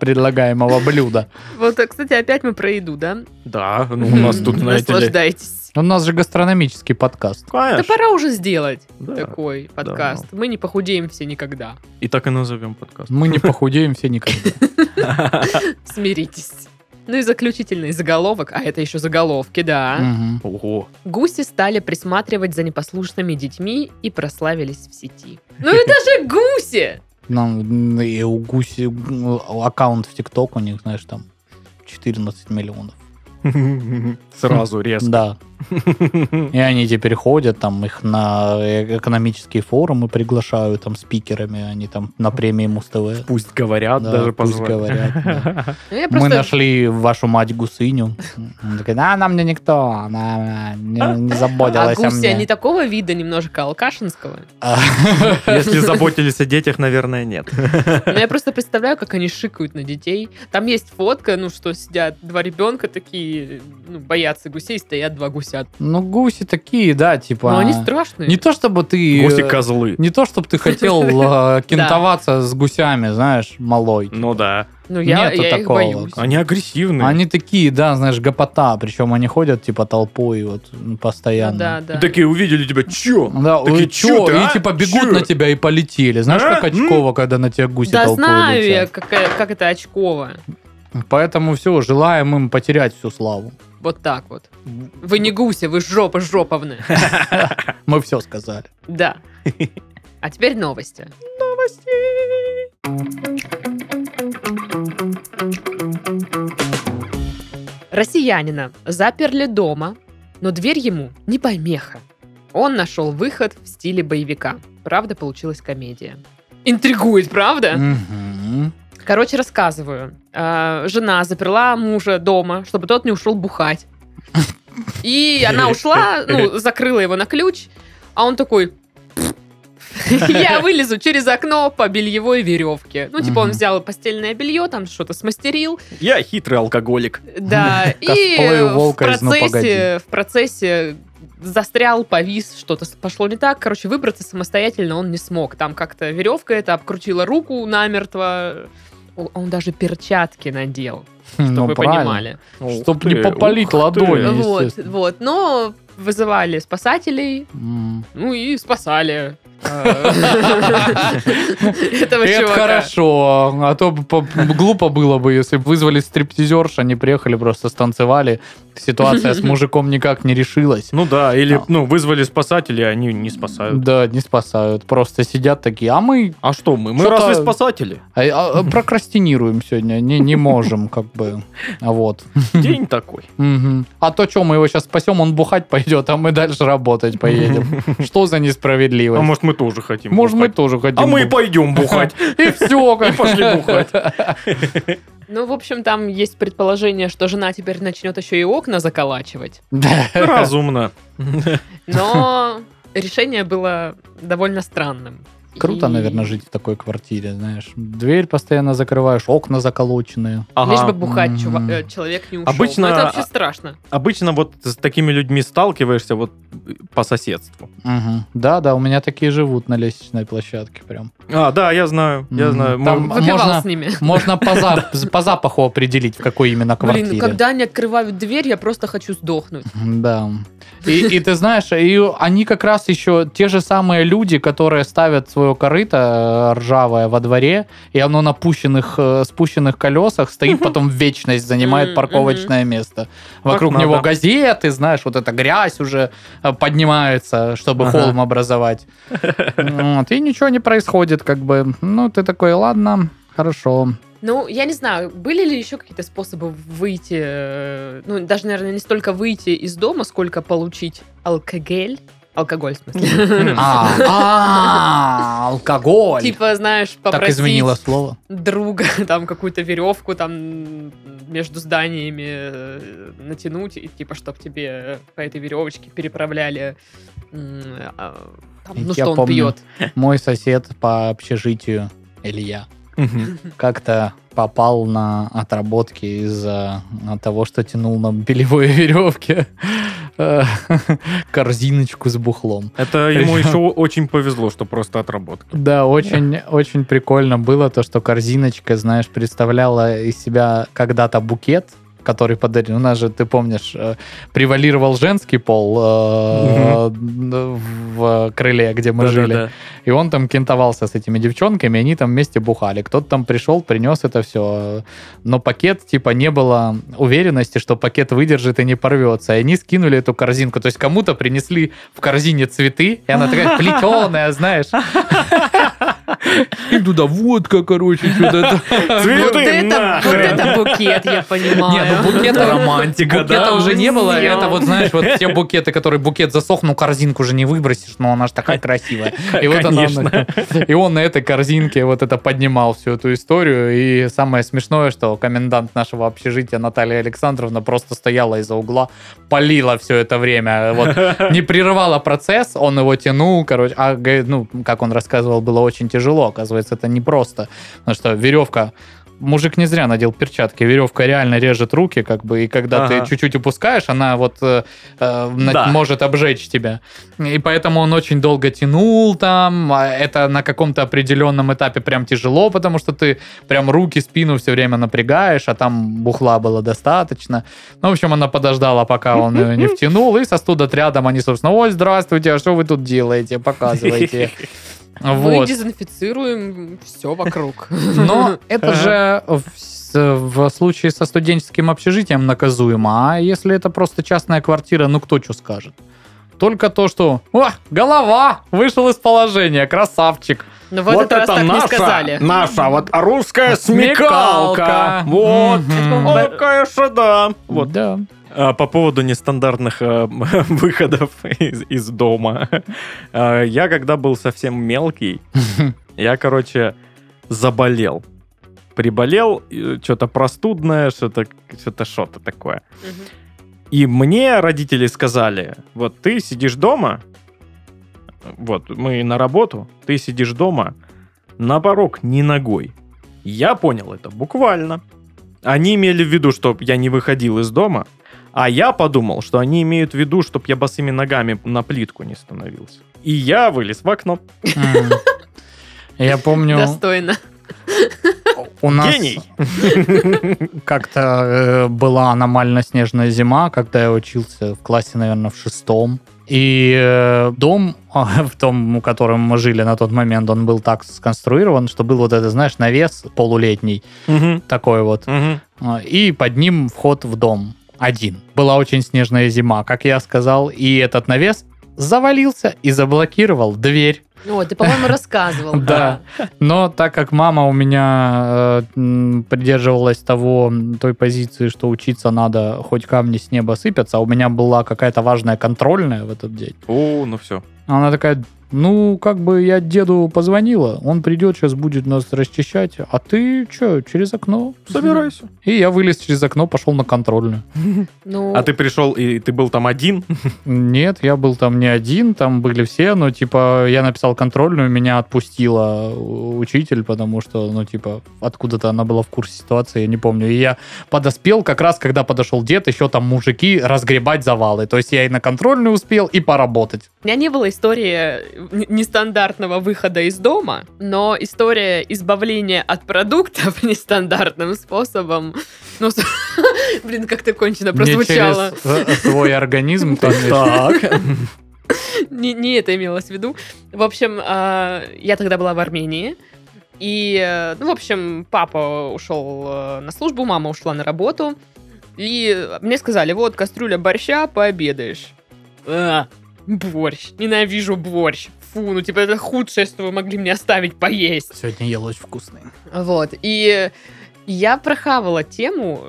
S2: предлагаемого блюда.
S1: Вот, э, кстати, опять мы про еду, да?
S3: Да, ну у нас тут, знаете ли...
S1: Наслаждайтесь.
S2: У нас же гастрономический подкаст.
S1: Да
S3: Конечно,
S1: пора уже сделать
S3: да.
S1: такой подкаст. Мы не похудеем все никогда.
S3: И так и назовем подкаст.
S2: Мы не похудеем все никогда.
S1: Смиритесь. Ну и заключительный заголовок, а это еще заголовки, да.
S2: Мгм.
S3: Ого.
S1: Гуси стали присматривать за непослушными детьми и прославились в сети. Ну и даже гуси!
S2: Нам и у Гуси м, аккаунт в ТикТок у них, знаешь, там 14 миллионов.
S3: Сразу резко.
S2: Да. И они теперь ходят, там их на э- экономические форумы приглашают, там спикерами, они там на премии Муз-ТВ.
S3: Пусть говорят,
S2: Да,
S3: даже
S2: пусть
S3: позвали.
S2: говорят,
S1: Ну, я
S2: Мы
S1: просто-
S2: нашли вашу мать гусыню. Она такая, да, она мне никто, она э, не, не
S1: А
S2: заботилась о
S1: гуси,
S2: мне. А,
S1: они такого вида немножко алкашинского.
S3: Если заботились о детях, наверное, нет.
S1: Но я просто представляю, как они шикают на детей. Там есть фотка, ну, что сидят два ребенка такие, ну, боятся гусей, стоят два гуся.
S2: Ну, гуси такие, да, типа...
S1: Но Ну, они страшные.
S2: Не то, чтобы ты... э,
S3: Гуси-козлы.
S2: Не то, чтобы ты хотел э, кентоваться с гусями, знаешь, малой.
S3: Ну да.
S1: Ну, я,
S2: Нету
S1: я их
S2: такого.
S1: боюсь.
S3: Они агрессивные.
S2: Они такие, да, знаешь, гопота, причем они ходят, типа, толпой вот м,
S1: Ну, да,
S2: постоянно.
S1: да.
S3: Такие увидели тебя, чё?
S2: Да,
S3: Такие,
S2: «Ой, чё,
S3: «Чё ты,
S2: и
S3: а?
S2: типа бегут
S3: Чё?»
S2: на тебя и полетели. Знаешь,
S3: А?
S2: как Очкова, когда на тебя гуси
S1: Да
S2: толпой
S1: знаю я,
S2: летят.
S1: как, э, как это очково.
S2: Поэтому все, желаем им потерять всю славу.
S1: Вот так вот. Вы не гуси, вы жопа жоповны.
S2: Мы все сказали.
S1: Да. А теперь новости. Россиянина заперли дома, но дверь ему не помеха. Он нашел выход в стиле боевика. Правда, получилась комедия. Интригует, правда?
S2: Мгм.
S1: Короче, рассказываю. А, Жена заперла мужа дома, чтобы тот не ушел бухать. И она ушла, ну, закрыла его на ключ, а он такой... Я вылезу через окно по бельевой веревке. Ну, типа, он
S2: Мгм.
S1: взял постельное белье, там что-то смастерил,
S3: Я хитрый алкоголик.
S1: да, и
S2: Косплей
S1: э, в
S2: волка из «Ну,
S1: процессе, в процессе застрял, повис, что-то с- пошло не так. Короче, выбраться самостоятельно он не смог. Там как-то веревка это обкрутила руку намертво. О- а Он даже перчатки надел, чтобы
S2: Ну,
S1: вы
S2: правильно.
S1: понимали.
S2: Чтоб не попалить
S3: ладони.
S2: ладони. Э,
S1: Вот,
S2: естественно.
S1: вот. Но вызывали спасателей,
S2: М.
S1: ну и спасали. э,
S3: Ну,
S1: Этого
S2: Это
S1: чувака.
S2: хорошо, а то б- по- глупо было бы, если бы вызвали стриптизерш, они приехали, просто станцевали, ситуация с мужиком никак не решилась.
S3: Ну да, или
S2: Да.
S3: ну вызвали спасателей, а они не спасают.
S2: Да, не спасают, просто сидят такие, а мы
S3: А что мы? Мы
S2: Что-то-
S3: разве спасатели?
S2: а, а, прокрастинируем сегодня, не, не можем, как бы, А вот.
S3: День такой.
S2: Мгм. А то, что мы его сейчас спасем, он бухать пойдет, а мы дальше работать поедем. Что за
S3: А
S2: несправедливость?
S3: может мы тоже хотим
S2: Может, мы
S3: бухать?
S2: тоже хотим
S3: А мы и
S2: бухать.
S3: пойдем бухать.
S2: И все,
S3: И пошли бухать.
S1: Ну, в общем, там есть предположение, что жена теперь начнет еще и окна заколачивать.
S3: Разумно.
S1: Но решение было довольно странным.
S2: Круто,
S1: И
S2: наверное, жить в такой квартире, знаешь. Дверь постоянно закрываешь, окна заколоченные.
S1: Лишь бы
S3: Ага.
S1: бухать
S2: Мгм.
S1: чува- э, человек не ушел.
S3: Обычно-
S1: Но это вообще страшно.
S3: Обычно вот с такими людьми сталкиваешься вот по соседству.
S2: Мгм. Да, да, у меня такие живут на лестничной площадке прям.
S3: А, да, я знаю, я
S2: Мгм.
S3: знаю.
S2: Там
S3: Мож-
S2: А
S1: Выпивал
S2: можно-
S1: с ними.
S2: Можно по за- по запаху определить, в какой именно
S1: Блин, ну
S2: квартире.
S1: когда они открывают дверь, я просто хочу сдохнуть.
S2: Да. И, и ты знаешь, и они как раз еще те же самые люди, которые ставят свое корыто э, ржавое во дворе, и оно на пущенных, э, спущенных колесах стоит потом в вечность, занимает
S1: Мгм,
S2: парковочное место. Вокруг
S3: Так
S2: него
S3: надо.
S2: газеты, знаешь, вот эта грязь уже э, поднимается, чтобы
S3: Ага.
S2: холм образовать. Вот, и ничего не происходит, как бы. Ну, ты такой, ладно, хорошо.
S1: Ну, я не знаю, были ли еще какие-то способы выйти, э, ну, даже, наверное, не столько выйти из дома, сколько получить алкоголь. Алкоголь, в смысле.
S2: А, а, алкоголь.
S1: Хм. Типа, знаешь,
S2: Так изменила
S1: попросить
S2: слово.
S1: друга там какую-то веревку там между зданиями э, натянуть, и типа, чтоб тебе по этой веревочке переправляли м, а, там, ну
S2: Я
S1: что он
S2: помню.
S1: пьет.
S2: Мой сосед по общежитию, Илья,
S3: Мгм.
S2: как-то попал на отработки из-за того, что тянул на белевой веревке э, корзиночку с бухлом.
S3: Это ему еще очень повезло, что просто отработка.
S2: Да, очень, очень прикольно было то, что корзиночка, знаешь, представляла из себя когда-то букет, который подарил. У нас же, ты помнишь, э, превалировал женский пол э, в крыле, где мы жили.
S3: Да-да-да.
S2: И он там кентовался с этими девчонками, они там вместе бухали. Кто-то там пришел, принес это все. Но пакет, типа, не было уверенности, что пакет выдержит и не порвется. И они скинули эту корзинку. То есть кому-то принесли в корзине цветы, и она такая плетеная, знаешь. И туда водка, короче, что-то.
S1: Вот
S3: Цветы
S1: это, вот
S3: нахрен!
S1: это букет, я
S2: Не,
S1: понимаю.
S2: ну букета
S3: Романтика,
S2: Букета
S3: да?
S2: уже не было,
S1: Съем.
S2: это вот, знаешь, вот те букеты, которые букет засох, ну корзинку же не выбросишь, но она же такая красивая. И вот она,
S3: Конечно.
S2: и он на этой корзинке вот это поднимал всю эту историю. И самое смешное, что комендант нашего общежития Наталья Александровна просто стояла из-за угла, палила все это время. Вот не прерывала процесс, он его тянул, короче. А, г- ну, как он рассказывал, было очень тяжело. Оказывается, это непросто. Потому что веревка Мужик не зря надел перчатки. Веревка реально режет руки, как бы, и когда
S3: Ага.
S2: ты чуть-чуть упускаешь, она вот э, э, на-
S3: Да.
S2: может обжечь тебя. И поэтому он очень долго тянул там. а Это на каком-то определенном этапе прям тяжело, потому что ты прям руки, спину все время напрягаешь, а там бухла было достаточно. Ну, в общем, она подождала, пока он ее не втянул, и со студотрядом они, собственно, ой, здравствуйте, а что вы тут делаете, показываете.
S1: Мы
S2: Вот.
S1: дезинфицируем все вокруг.
S2: Но это же в, с- в случае со студенческим общежитием наказуемо, а если это просто частная квартира, ну кто что скажет? Только то, что «О, голова! Вышел из положения, красавчик!»
S1: Но в этот Ну, раз так не сказали.
S2: Ну.
S3: наша, вот русская
S2: Смекалка.
S3: смекалка. Вот,
S2: Мгм.
S3: О, конечно, да. Вот.
S2: Да.
S3: А, По поводу нестандартных э, выходов из, из дома. Э, Я когда был совсем мелкий, я, короче, заболел. Приболел, что-то простудное, что-то что-то что-то такое.
S1: Мгм.
S3: И мне родители сказали, вот ты сидишь дома, вот мы на работу, ты сидишь дома, на порог ни ногой. Я понял это буквально. Они имели в виду, чтоб я не выходил из дома, а я подумал, что они имеют в виду, чтоб я босыми ногами на плитку не становился. И я вылез в окно.
S2: М. Я помню,
S1: Достойно.
S2: у нас
S3: Гений!
S2: как-то э, была аномально снежная зима, когда я учился в классе, наверное, в шестом. И э, дом, а, в том, у котором мы жили на тот момент, он был так сконструирован, что был вот это, знаешь, навес полулетний,
S3: Мгм,
S2: такой вот.
S3: мгм.
S2: А, И под ним вход в дом один. Была очень снежная зима, как я сказал, и этот навес завалился и заблокировал дверь.
S1: О, ты, по-моему, рассказывал.
S2: Да. Но так как мама у меня э, м, придерживалась того, м, той позиции, что учиться надо, хоть камни с неба сыпятся, а у меня была какая-то важная контрольная в этот день.
S3: О, ну все.
S2: Она такая, ну, как бы я деду позвонила, он придет, сейчас будет нас расчищать, а ты что, через окно?
S3: Собирайся.
S2: И я вылез через окно, пошел на контрольную.
S1: Ну,
S3: А ты пришел, и ты был там один?
S2: Нет, я был там не один, там были все, но, типа, я написал контрольную, меня отпустила у- учитель, потому что, ну, типа, откуда-то она была в курсе ситуации, я не помню. И я подоспел как раз, когда подошел дед, еще там мужики разгребать завалы. То есть я и на контрольную успел, и поработать.
S1: У меня не было истории э, н- нестандартного выхода из дома, но история избавления от продуктов нестандартным способом, ну, с- блин, как-то кончено
S2: Не
S1: прозвучало.
S2: через э, свой организм, конечно.
S3: Так.
S1: Не, не это имелось в виду. В общем, а, я тогда была в Армении. И, э, ну, в общем, папа ушел э, на службу, мама ушла на работу. И мне сказали, вот, кастрюля борща, пообедаешь. А, борщ. Ненавижу борщ. Фу, ну, типа, это худшее, что вы могли мне оставить поесть.
S2: Сегодня ел очень вкусный.
S1: Вот. И я прохавала тему,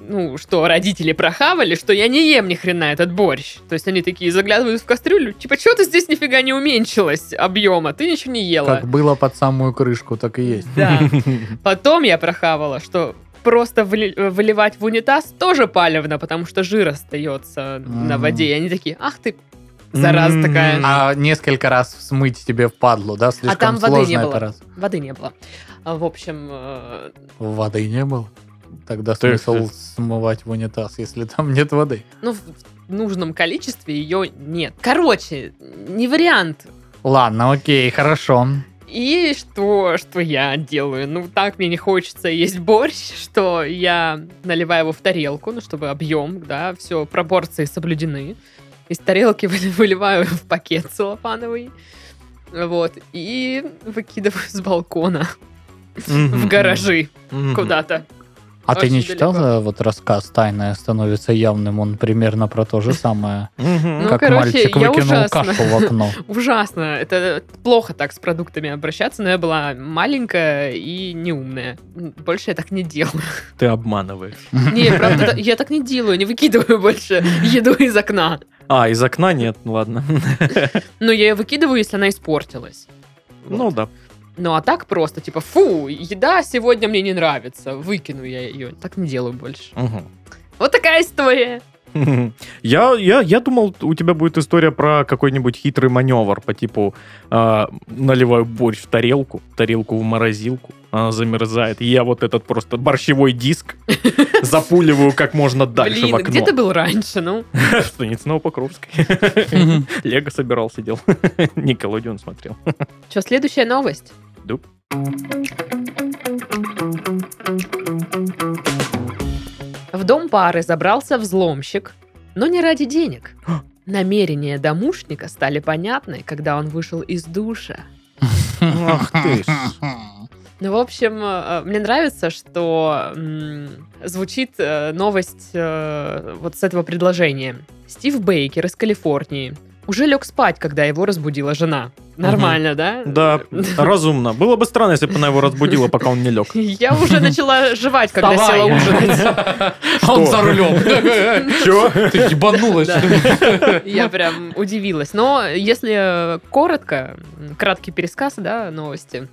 S1: ну, что родители прохавали, что я не ем ни хрена этот борщ. То есть они такие заглядывают в кастрюлю, типа, что ты здесь нифига не уменьшилось объема, ты ничего не ела.
S2: Как было под самую крышку, так и есть.
S1: Да. Потом я прохавала, что просто вли- э, выливать в унитаз тоже палевно, потому что жир остается на
S2: Мгм.
S1: воде. И они такие, ах ты, зараза такая. А
S2: А несколько раз смыть тебе впадлу, да? Слишком
S1: там воды
S2: сложно
S1: не было.
S2: это раз.
S1: Воды не было. А, В общем, э,
S2: Воды не было. Тогда
S3: Ты-
S2: смысл смывать в унитаз, если там нет воды.
S1: ну, в в нужном количестве ее нет. Короче, не вариант.
S2: Ладно, окей, хорошо. А
S1: И что, что я делаю? Ну, так мне не хочется есть борщ, что я наливаю его в тарелку, ну, чтобы объем, да, все пропорции соблюдены. Из тарелки вы- выливаю в пакет целлофановый. Вот, и выкидываю с балкона в гаражи куда-то.
S2: А ты не
S1: Очень
S2: читал
S1: далеко.
S2: э, вот рассказ «Тайное становится явным»? Он примерно про то же самое.
S1: Ну,
S3: Мгм.
S2: Как
S1: короче,
S2: мальчик
S1: я
S2: выкинул
S1: ужасна.
S2: кашу в окно.
S1: Ужасно. Это плохо так с продуктами обращаться, но я была маленькая и неумная. Больше я так не делаю.
S3: Ты обманываешь.
S1: Не, правда, я так не делаю, не выкидываю больше еду из окна.
S3: А, из окна нет, ну ладно.
S1: Но я ее выкидываю, если она испортилась.
S3: Ну да.
S1: Ну а так просто, типа, фу, еда сегодня мне не нравится, выкину я ее. Так не делаю больше.
S3: Мгм.
S1: Вот такая история.
S3: Я, я, я думал, у тебя будет история про какой-нибудь хитрый маневр по типу э, наливаю борщ в тарелку, тарелку в морозилку, а она замерзает. И я вот этот просто борщевой диск запуливаю как можно дальше
S1: Блин,
S3: в окно.
S1: где ты был раньше, ну?
S3: Что, нет, снова Покровской. Лего собирал, сидел. Николодион смотрел.
S1: Э, Че, следующая новость?
S3: Дуб.
S1: В дом пары забрался взломщик, но не ради денег. Намерения домушника стали понятны, когда он вышел из душа.
S3: Ах ты ж.
S1: Ну, в общем, э, мне нравится, что м, звучит э, новость э, вот с этого предложения. Стив Бейкер из Калифорнии уже лег спать, когда его разбудила жена. Нормально, да?
S3: Да,
S1: э,
S3: разумно. Было бы странно, если бы она его разбудила, пока он не лег.
S1: Я уже начала жевать, когда
S4: Вставай.
S1: села ужинать.
S4: А он
S3: Что?
S4: за рулем.
S3: Чё?
S4: Ты ебанулась.
S1: Да. Я прям удивилась. Но если коротко, краткий пересказ, да, новости,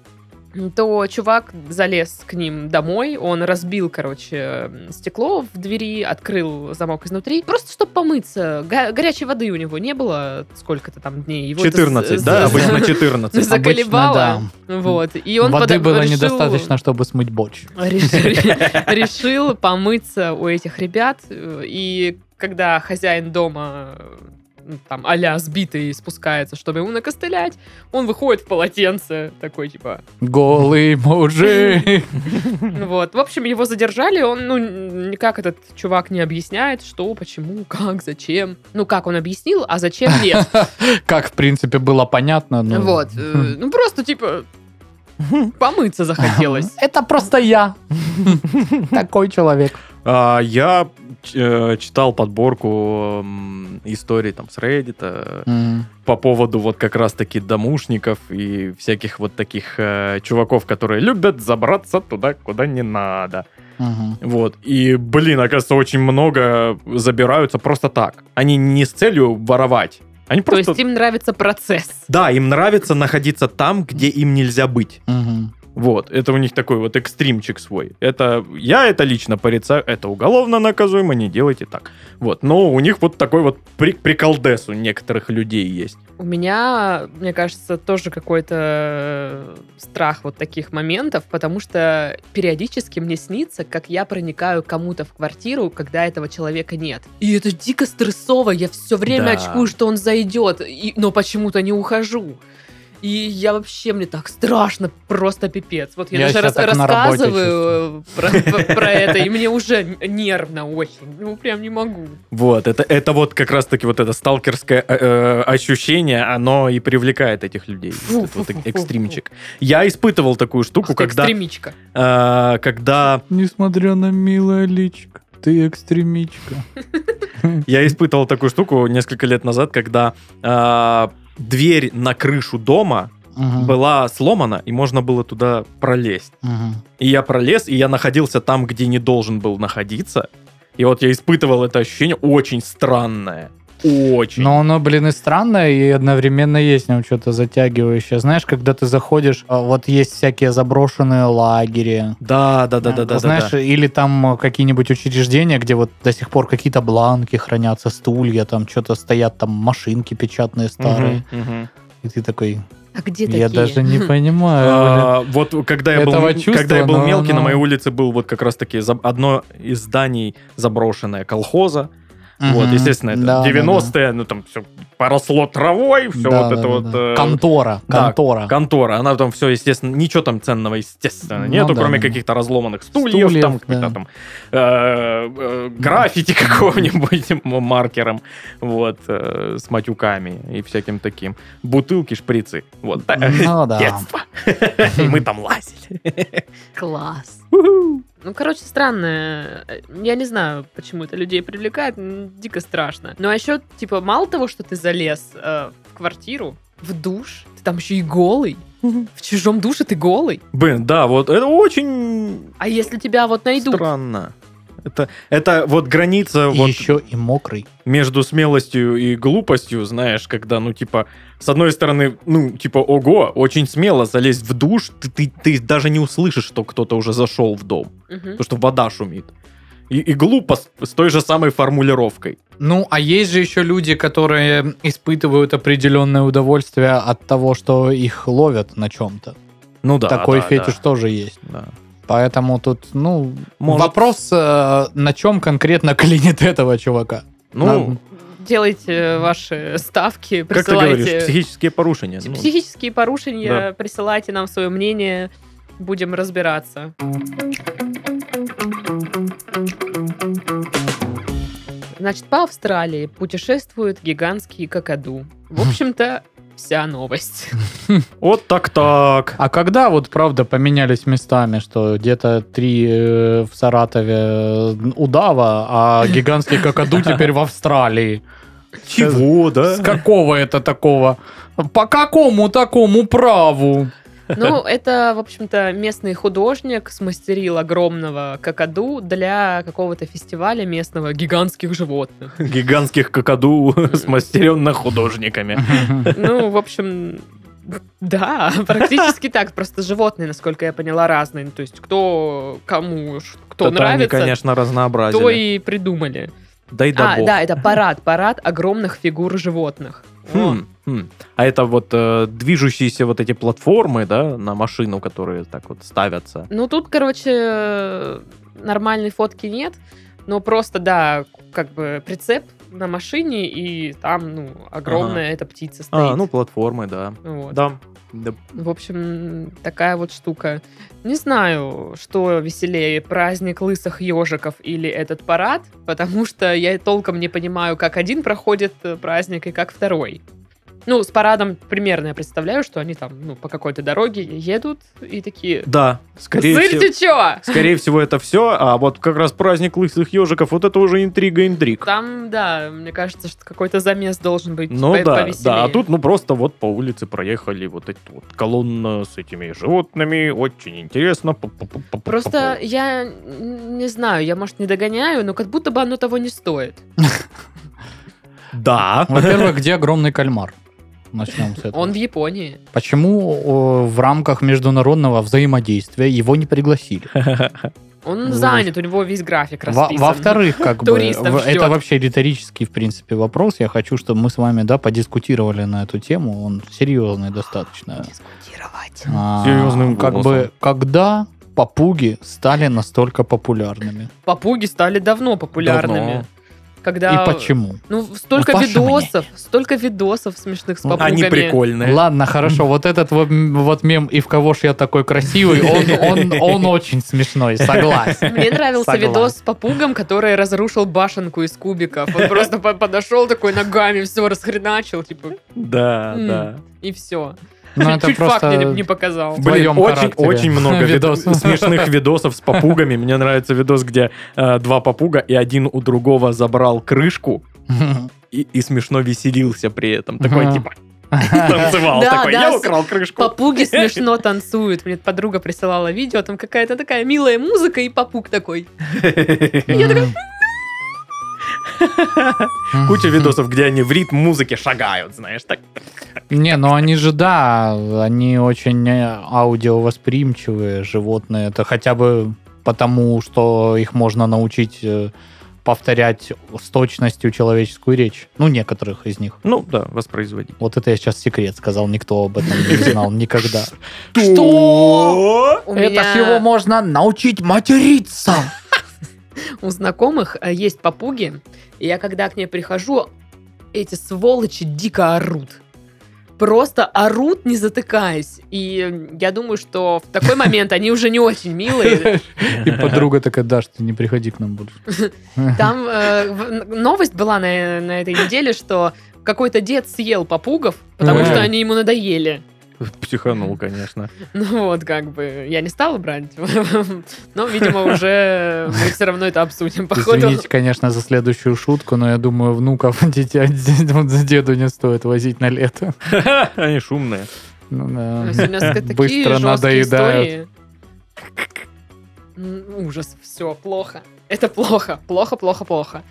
S1: то чувак залез к ним домой, он разбил, короче, стекло в двери, открыл замок изнутри, просто чтобы помыться. Го- горячей воды у него не было сколько-то там дней. Его это с-
S3: 14,
S1: с-
S3: да?
S1: с-
S3: Обычно 14.
S1: Заколебало. Вот. И он
S2: Воды
S1: подо-
S2: было
S1: решил-
S2: недостаточно, чтобы смыть борщ.
S1: Решил, решил помыться у этих ребят. э, И когда хозяин дома э, ну, там а-ля сбитый спускается, чтобы ему накостылять, он выходит в полотенце, такой типа.
S2: Голый мужик.
S1: Вот. В общем, его задержали, он, ну, н- никак этот чувак не объясняет, что, почему, как, зачем. Ну, как он объяснил, а зачем нет.
S2: Как, в принципе, было понятно. ну.
S1: Вот. э, Ну, просто, типа, помыться захотелось.
S2: Это просто я. Такой человек.
S3: А, Я э, читал подборку м, историй там с Reddit э,
S2: М.
S3: по поводу вот как раз-таки домушников и всяких вот таких э, чуваков, которые любят забраться туда, куда не надо.
S2: Мгм.
S3: Вот. И, блин, оказывается, очень много забираются просто так. Они не с целью воровать. Они
S1: То
S3: просто...
S1: есть им нравится процесс.
S3: Да, им нравится находиться там, где им нельзя быть.
S2: Мгм.
S3: Вот, это у них такой вот экстримчик свой. Это я это лично порицаю, это уголовно наказуемо, не делайте так. Вот, но у них вот такой вот при- приколдес у некоторых людей есть.
S1: У меня, мне кажется, тоже какой-то страх вот таких моментов, потому что периодически мне снится, как я проникаю кому-то в квартиру, когда этого человека нет. И это дико стрессово, я все время
S3: Да.
S1: очкую, что он зайдет, и- но почему-то не ухожу. И я вообще, мне так страшно, просто пипец. Вот я, даже
S2: Я себя
S1: раз-
S2: так на работе
S1: рассказываю э, про, про это, и мне уже нервно очень. Ну, прям не могу.
S3: Вот, это, это вот как раз-таки вот это сталкерское э, э, ощущение, оно и привлекает этих людей.
S1: Фу,
S3: Вот этот вот
S1: фу, фу, фу,
S3: экстримчик. Я испытывал такую штуку,
S1: Просто
S3: когда,
S1: Экстремичка.
S3: э, когда
S2: Несмотря на милое личико, ты экстремичка.
S3: Я испытывал такую штуку несколько лет назад, когда э, дверь на крышу дома
S2: Мгм.
S3: была сломана, и можно было туда пролезть.
S2: Мгм.
S3: И я пролез, и я находился там, где не должен был находиться. И вот я испытывал это ощущение очень странное. Очень.
S2: Но оно, блин, и странное, и одновременно есть в нем что-то затягивающее. Знаешь, когда ты заходишь, а, вот есть всякие заброшенные лагеря.
S3: Да, да, да, да, да.
S2: Ну, Знаешь,
S3: да,
S2: или там а, какие-нибудь учреждения, где вот до сих пор какие-то бланки хранятся, стулья, там что-то стоят, там машинки печатные
S3: да.
S2: старые.
S3: Мгм, мгм.
S2: И ты такой,
S1: А где такие?
S2: я даже не понимаю.
S3: А, Вот когда я был,
S2: Этого чувства,
S3: когда я был
S2: но-
S3: мелкий, на
S2: но-
S3: моей улице был вот как раз-таки за- одно из зданий заброшенное колхоза.
S2: блин».
S3: Вот,
S2: Мгм.
S3: естественно, это
S2: Да, да, да.
S3: 90-е, ну там все поросло травой, все
S2: Да,
S3: вот
S2: да,
S3: это
S2: да,
S3: вот...
S2: да.
S3: э,
S2: Контора,
S3: да,
S2: контора.
S3: Контора, она там все, естественно, ничего там ценного, естественно,
S2: Ну
S3: нету,
S2: да,
S3: кроме
S2: да.
S3: каких-то разломанных стульев,
S2: Стульев,
S3: там, каких-то
S2: да.
S3: там э, э, граффити какого-нибудь м- маркером, вот, э, с матюками и всяким таким. Бутылки, шприцы, вот. э,
S2: Ну да.
S3: Детство. И мы там лазили.
S1: Класс. Ну, короче, странное. э, Я не знаю, почему это людей привлекает. м, Дико страшно. Ну, а еще, типа, мало того, что ты залез э, в квартиру, в душ, ты там еще и голый. В чужом душе ты голый.
S3: Блин, да, вот это очень
S1: А если тебя вот найдут?
S3: странно. Это, это вот граница
S2: И
S3: Ну, вот
S2: еще и мокрый.
S3: между смелостью и глупостью, знаешь, когда, ну, типа, с одной стороны, ну, типа, ого, очень смело залезть в душ, ты, ты, ты даже не услышишь, что кто-то уже зашел в дом,
S1: Мгм.
S3: потому что вода шумит. И, и глупо с, с той же самой формулировкой.
S2: Ну, а есть же еще люди, которые испытывают определенное удовольствие от того, что их ловят на чем-то.
S3: Ну да.
S2: Такой
S3: да,
S2: фетиш тоже есть.
S3: да, да.
S2: Поэтому тут, ну,
S3: Может-
S2: вопрос, э, на чем конкретно клинит этого чувака.
S3: Ну,
S2: Надо-
S1: Делайте э, ваши ставки,
S3: как ты говоришь,
S1: присылайте
S3: психические порушения. ну.
S1: психические порушения,
S3: Да.
S1: присылайте нам свое мнение, будем разбираться. Значит, по Австралии путешествуют гигантские какаду. В общем-то, вся новость.
S3: Вот так-так.
S2: А когда вот правда поменялись местами, что где-то три э, в Саратове э, удава, а гигантский какаду теперь в Австралии?
S3: Чего, да?
S2: С какого это такого? По какому такому праву?
S1: Ну, это, в общем-то, местный художник смастерил огромного какаду для какого-то фестиваля местного гигантских животных.
S3: Гигантских какаду, смастеренно художниками.
S1: Ну, в общем, да, практически так. Просто животные, насколько я поняла, разные. Ну, То есть кто кому, ш- кто
S3: Это они,
S1: нравится,
S3: конечно,
S1: то
S3: разнообразили.
S1: и придумали.
S3: Дай да
S1: А,
S3: бог.
S1: да, это парад, парад огромных фигур животных. О,
S3: Хм, хм. А это вот э, движущиеся вот эти платформы, да, на машину, которые так вот ставятся.
S1: Ну, тут, короче, нормальной фотки нет, но просто, да, как бы прицеп на машине, и там, ну, огромная эта птица стоит.
S3: А, ну, платформы, да.
S1: Вот.
S3: Да. Да.
S1: В общем, такая вот штука. Не знаю, что веселее, праздник лысых ежиков или этот парад, потому что я толком не понимаю, как один проходит э, праздник и как второй. Ну, с парадом примерно я представляю, что они там, ну, по какой-то дороге едут и такие...
S3: Да, скорее
S1: Сыр
S3: всего.
S1: ты чё?
S3: Скорее всего, это все, а вот как раз праздник лысых ежиков, вот это уже интрига-интриг.
S1: Там, да, мне кажется, что какой-то замес должен быть
S3: Ну
S1: по-
S3: да,
S1: повеселее.
S3: да, а тут ну просто вот по улице проехали вот эти вот колонна с этими животными, очень интересно. Пу-пу-пу-пу-пу-пу.
S1: Просто я н- не знаю, я, может, не догоняю, но как будто бы оно того не стоит.
S3: Да.
S2: Во-первых, где огромный кальмар? Начнем с этого.
S1: Он в Японии.
S2: Почему о, в рамках международного взаимодействия его не пригласили?
S1: Он
S2: Ну,
S1: занят, у него весь график
S2: Во-
S1: расписан.
S2: Во-вторых, как бы,
S1: Туристов
S2: в-
S1: ждет.
S2: это вообще риторический, в принципе, вопрос. Я хочу, чтобы мы с вами, да, подискутировали на эту тему. Он серьезный достаточно.
S1: Дискутировать.
S2: А,
S3: Серьезным
S2: Как
S3: голосом.
S2: бы, когда попуги стали настолько популярными?
S1: Папуги стали давно популярными.
S3: Давно.
S1: Когда...
S2: И почему?
S1: Ну, в- столько
S2: Вот ваше
S1: видосов, столько видосов смешных с
S2: Ну,
S1: папугами.
S3: Они прикольные.
S2: Ладно, хорошо, вот этот вот, м- вот мем «И в кого ж я такой красивый», он, он, он очень смешной, согласен.
S1: Мне нравился
S2: Согласен.
S1: видос с папугом, который разрушил башенку из кубиков. Он просто по- подошел такой ногами, все расхреначил, типа,
S3: Да,
S1: М.
S3: да.
S1: и все.
S2: Ну, это
S1: Чуть факт мне не- не
S2: просто...
S1: показал.
S2: В
S3: Блин,
S2: твоем
S3: очень,
S2: характере.
S3: очень много вид-
S2: Видос.
S3: смешных видосов с попугами. Мне нравится видос, где э, два попуга, и один у другого забрал крышку и, и смешно веселился при этом. Такой
S2: Ага.
S3: типа танцевал.
S1: Да,
S3: Такой,
S1: да,
S3: я
S1: с-
S3: украл крышку.
S1: Папуги смешно танцуют. Мне подруга присылала видео, там какая-то такая милая музыка, и папуг такой. Я такая,
S3: Куча видосов, где они в ритм музыки шагают, знаешь, так.
S2: Не, ну они же, да, они очень э, аудиовосприимчивые животные. Это хотя бы потому, что их можно научить э, повторять с точностью человеческую речь. Ну, некоторых из них.
S3: Ну, да, воспроизводить.
S2: Вот это я сейчас секрет сказал, никто об этом не знал никогда.
S3: Что?
S1: «У меня-
S2: можно научить материться.
S1: У знакомых э, есть попуги, и я когда к ней прихожу, эти сволочи дико орут. Просто орут, не затыкаясь. И э, я думаю, что в такой момент они уже не очень милые.
S2: И подруга такая, Даш, ты не приходи к нам больше.
S1: Там э, в- н- новость была на на этой неделе, что какой-то дед съел попугов, потому
S2: Мгм.
S1: что они ему надоели.
S3: Психанул, конечно.
S1: Ну вот, как бы, я не стала брать, но, видимо, уже мы все равно это обсудим, походу.
S2: Извините, конечно, за следующую шутку, но я думаю, внуков дитя деду не стоит возить на лето.
S3: Они шумные.
S2: Ну
S1: То
S2: да.
S1: есть у нас такие
S2: Быстро
S1: жесткие
S2: надоедают.
S1: истории. М, Ужас, все, плохо. Это плохо, плохо, плохо, плохо.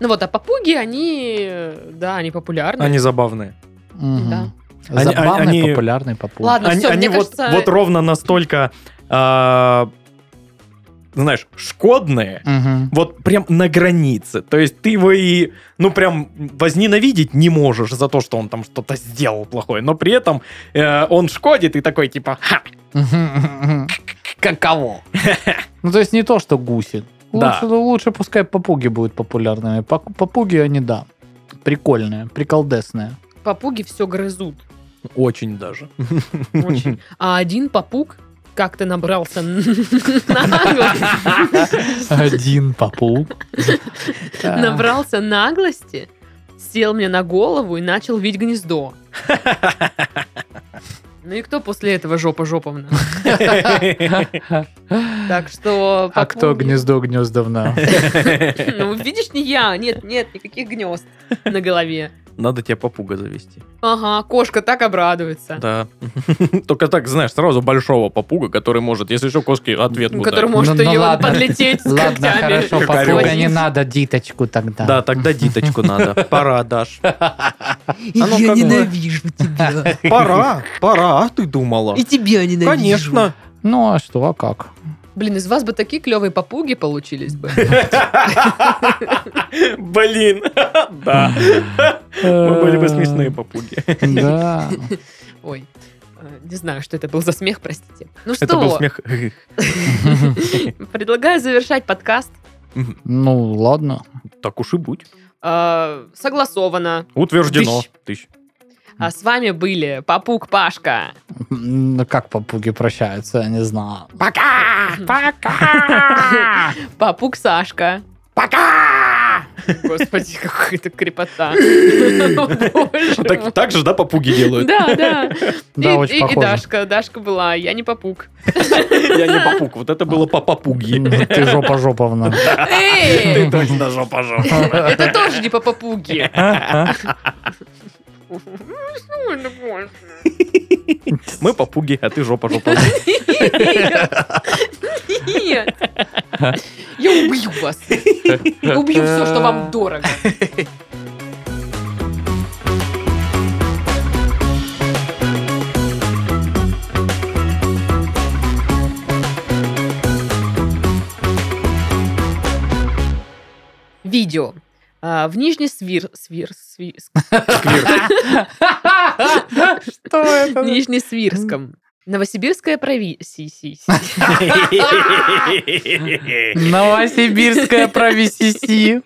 S1: Ну вот, а попуги, они, э, да, они популярны.
S3: Они забавные.
S2: Мгм.
S1: Да.
S3: Они-
S2: Забавный,
S3: они-
S2: популярный попуг.
S1: Ладно,
S3: они,
S1: Ну, всё,
S3: они
S1: мне
S3: вот,
S1: кажется-
S3: вот ровно настолько, а, знаешь, шкодные,
S2: Мгм.
S3: вот прям на границе. То есть ты его и, ну, прям возненавидеть не можешь за то, что он там что-то сделал плохое, но при этом э, он шкодит и такой, типа, ха,
S2: Каково? Ну, то есть не то, что гуси.
S3: Да.
S2: Лучше, лучше пускай попуги будут популярными. Пак- Попуги они, да, прикольные, приколдесные.
S1: Попуги все грызут.
S3: очень даже.
S1: Очень. А один попуг как-то набрался наглости,
S2: Один попуг.
S1: набрался наглости, сел мне на голову и начал вить гнездо. Ну и кто после этого жопа жоповна? Так что...
S2: А кто
S1: попуги-
S2: гнездо гнездовна?
S1: Ну, видишь, не я. Нет, нет, никаких гнезд на голове.
S3: Надо тебе попуга завести.
S1: Ага, кошка так обрадуется.
S3: Да. Только так, знаешь, сразу большого попуга, который может, если еще кошки ответ
S1: Ну,
S3: будет.
S1: Который может
S2: Ну, ну
S1: ее
S2: ладно.
S1: подлететь с
S2: Ладно,
S1: когтями.
S2: хорошо,
S3: Как
S2: попуга
S3: орел.
S2: не надо, диточку тогда.
S3: Да, тогда диточку надо. Пора, Даш.
S2: А ну,
S3: Оно
S1: Я
S3: как бы-
S1: ненавижу тебя.
S3: Пора, пора, а ты думала.
S1: И тебя ненавижу.
S3: Конечно.
S2: Ну а что, а как?
S1: Блин, из вас бы такие клевые попуги получились бы.
S3: Блин, да. Мы были бы смешные попуги.
S2: Э, Да.
S1: Ой, э, не знаю, что это был за смех, простите. Ну
S3: Это был
S1: что,
S3: смех.
S1: предлагаю завершать подкаст.
S2: Ну, ладно.
S3: Так уж и будь.
S1: Э, Согласовано.
S3: Утверждено.
S1: Тыщ.
S3: Тыщ.
S1: А с вами были Попуг Пашка.
S2: Ну, Как попуги прощаются, я не знаю.
S1: Папук Сашка. Пока! Господи, какая это крепота. Боже мой.
S3: Ну, Так, так же, да, попуги делают?
S1: Да, да.
S2: Да,
S1: И-
S2: очень
S1: и- И
S2: похоже.
S1: Дашка. Дашка была, я не попуг.
S3: Я не попуг, вот это было по попуги.
S2: Ну, Ты жопа жоповна.
S1: Эй!
S3: Ты точно жопа жопа.
S1: Это тоже не по попуге.
S2: А,
S1: ну,
S3: Мы попуги, а ты жопа жопа.
S1: Нет. Я убью вас. Убью все, что вам дорого. Видео. А, В нижний свир... Свир... сви- ск-
S2: Что это?
S1: Нижнесвирском. Новосибирская провинция.
S2: Новосибирская провисиси.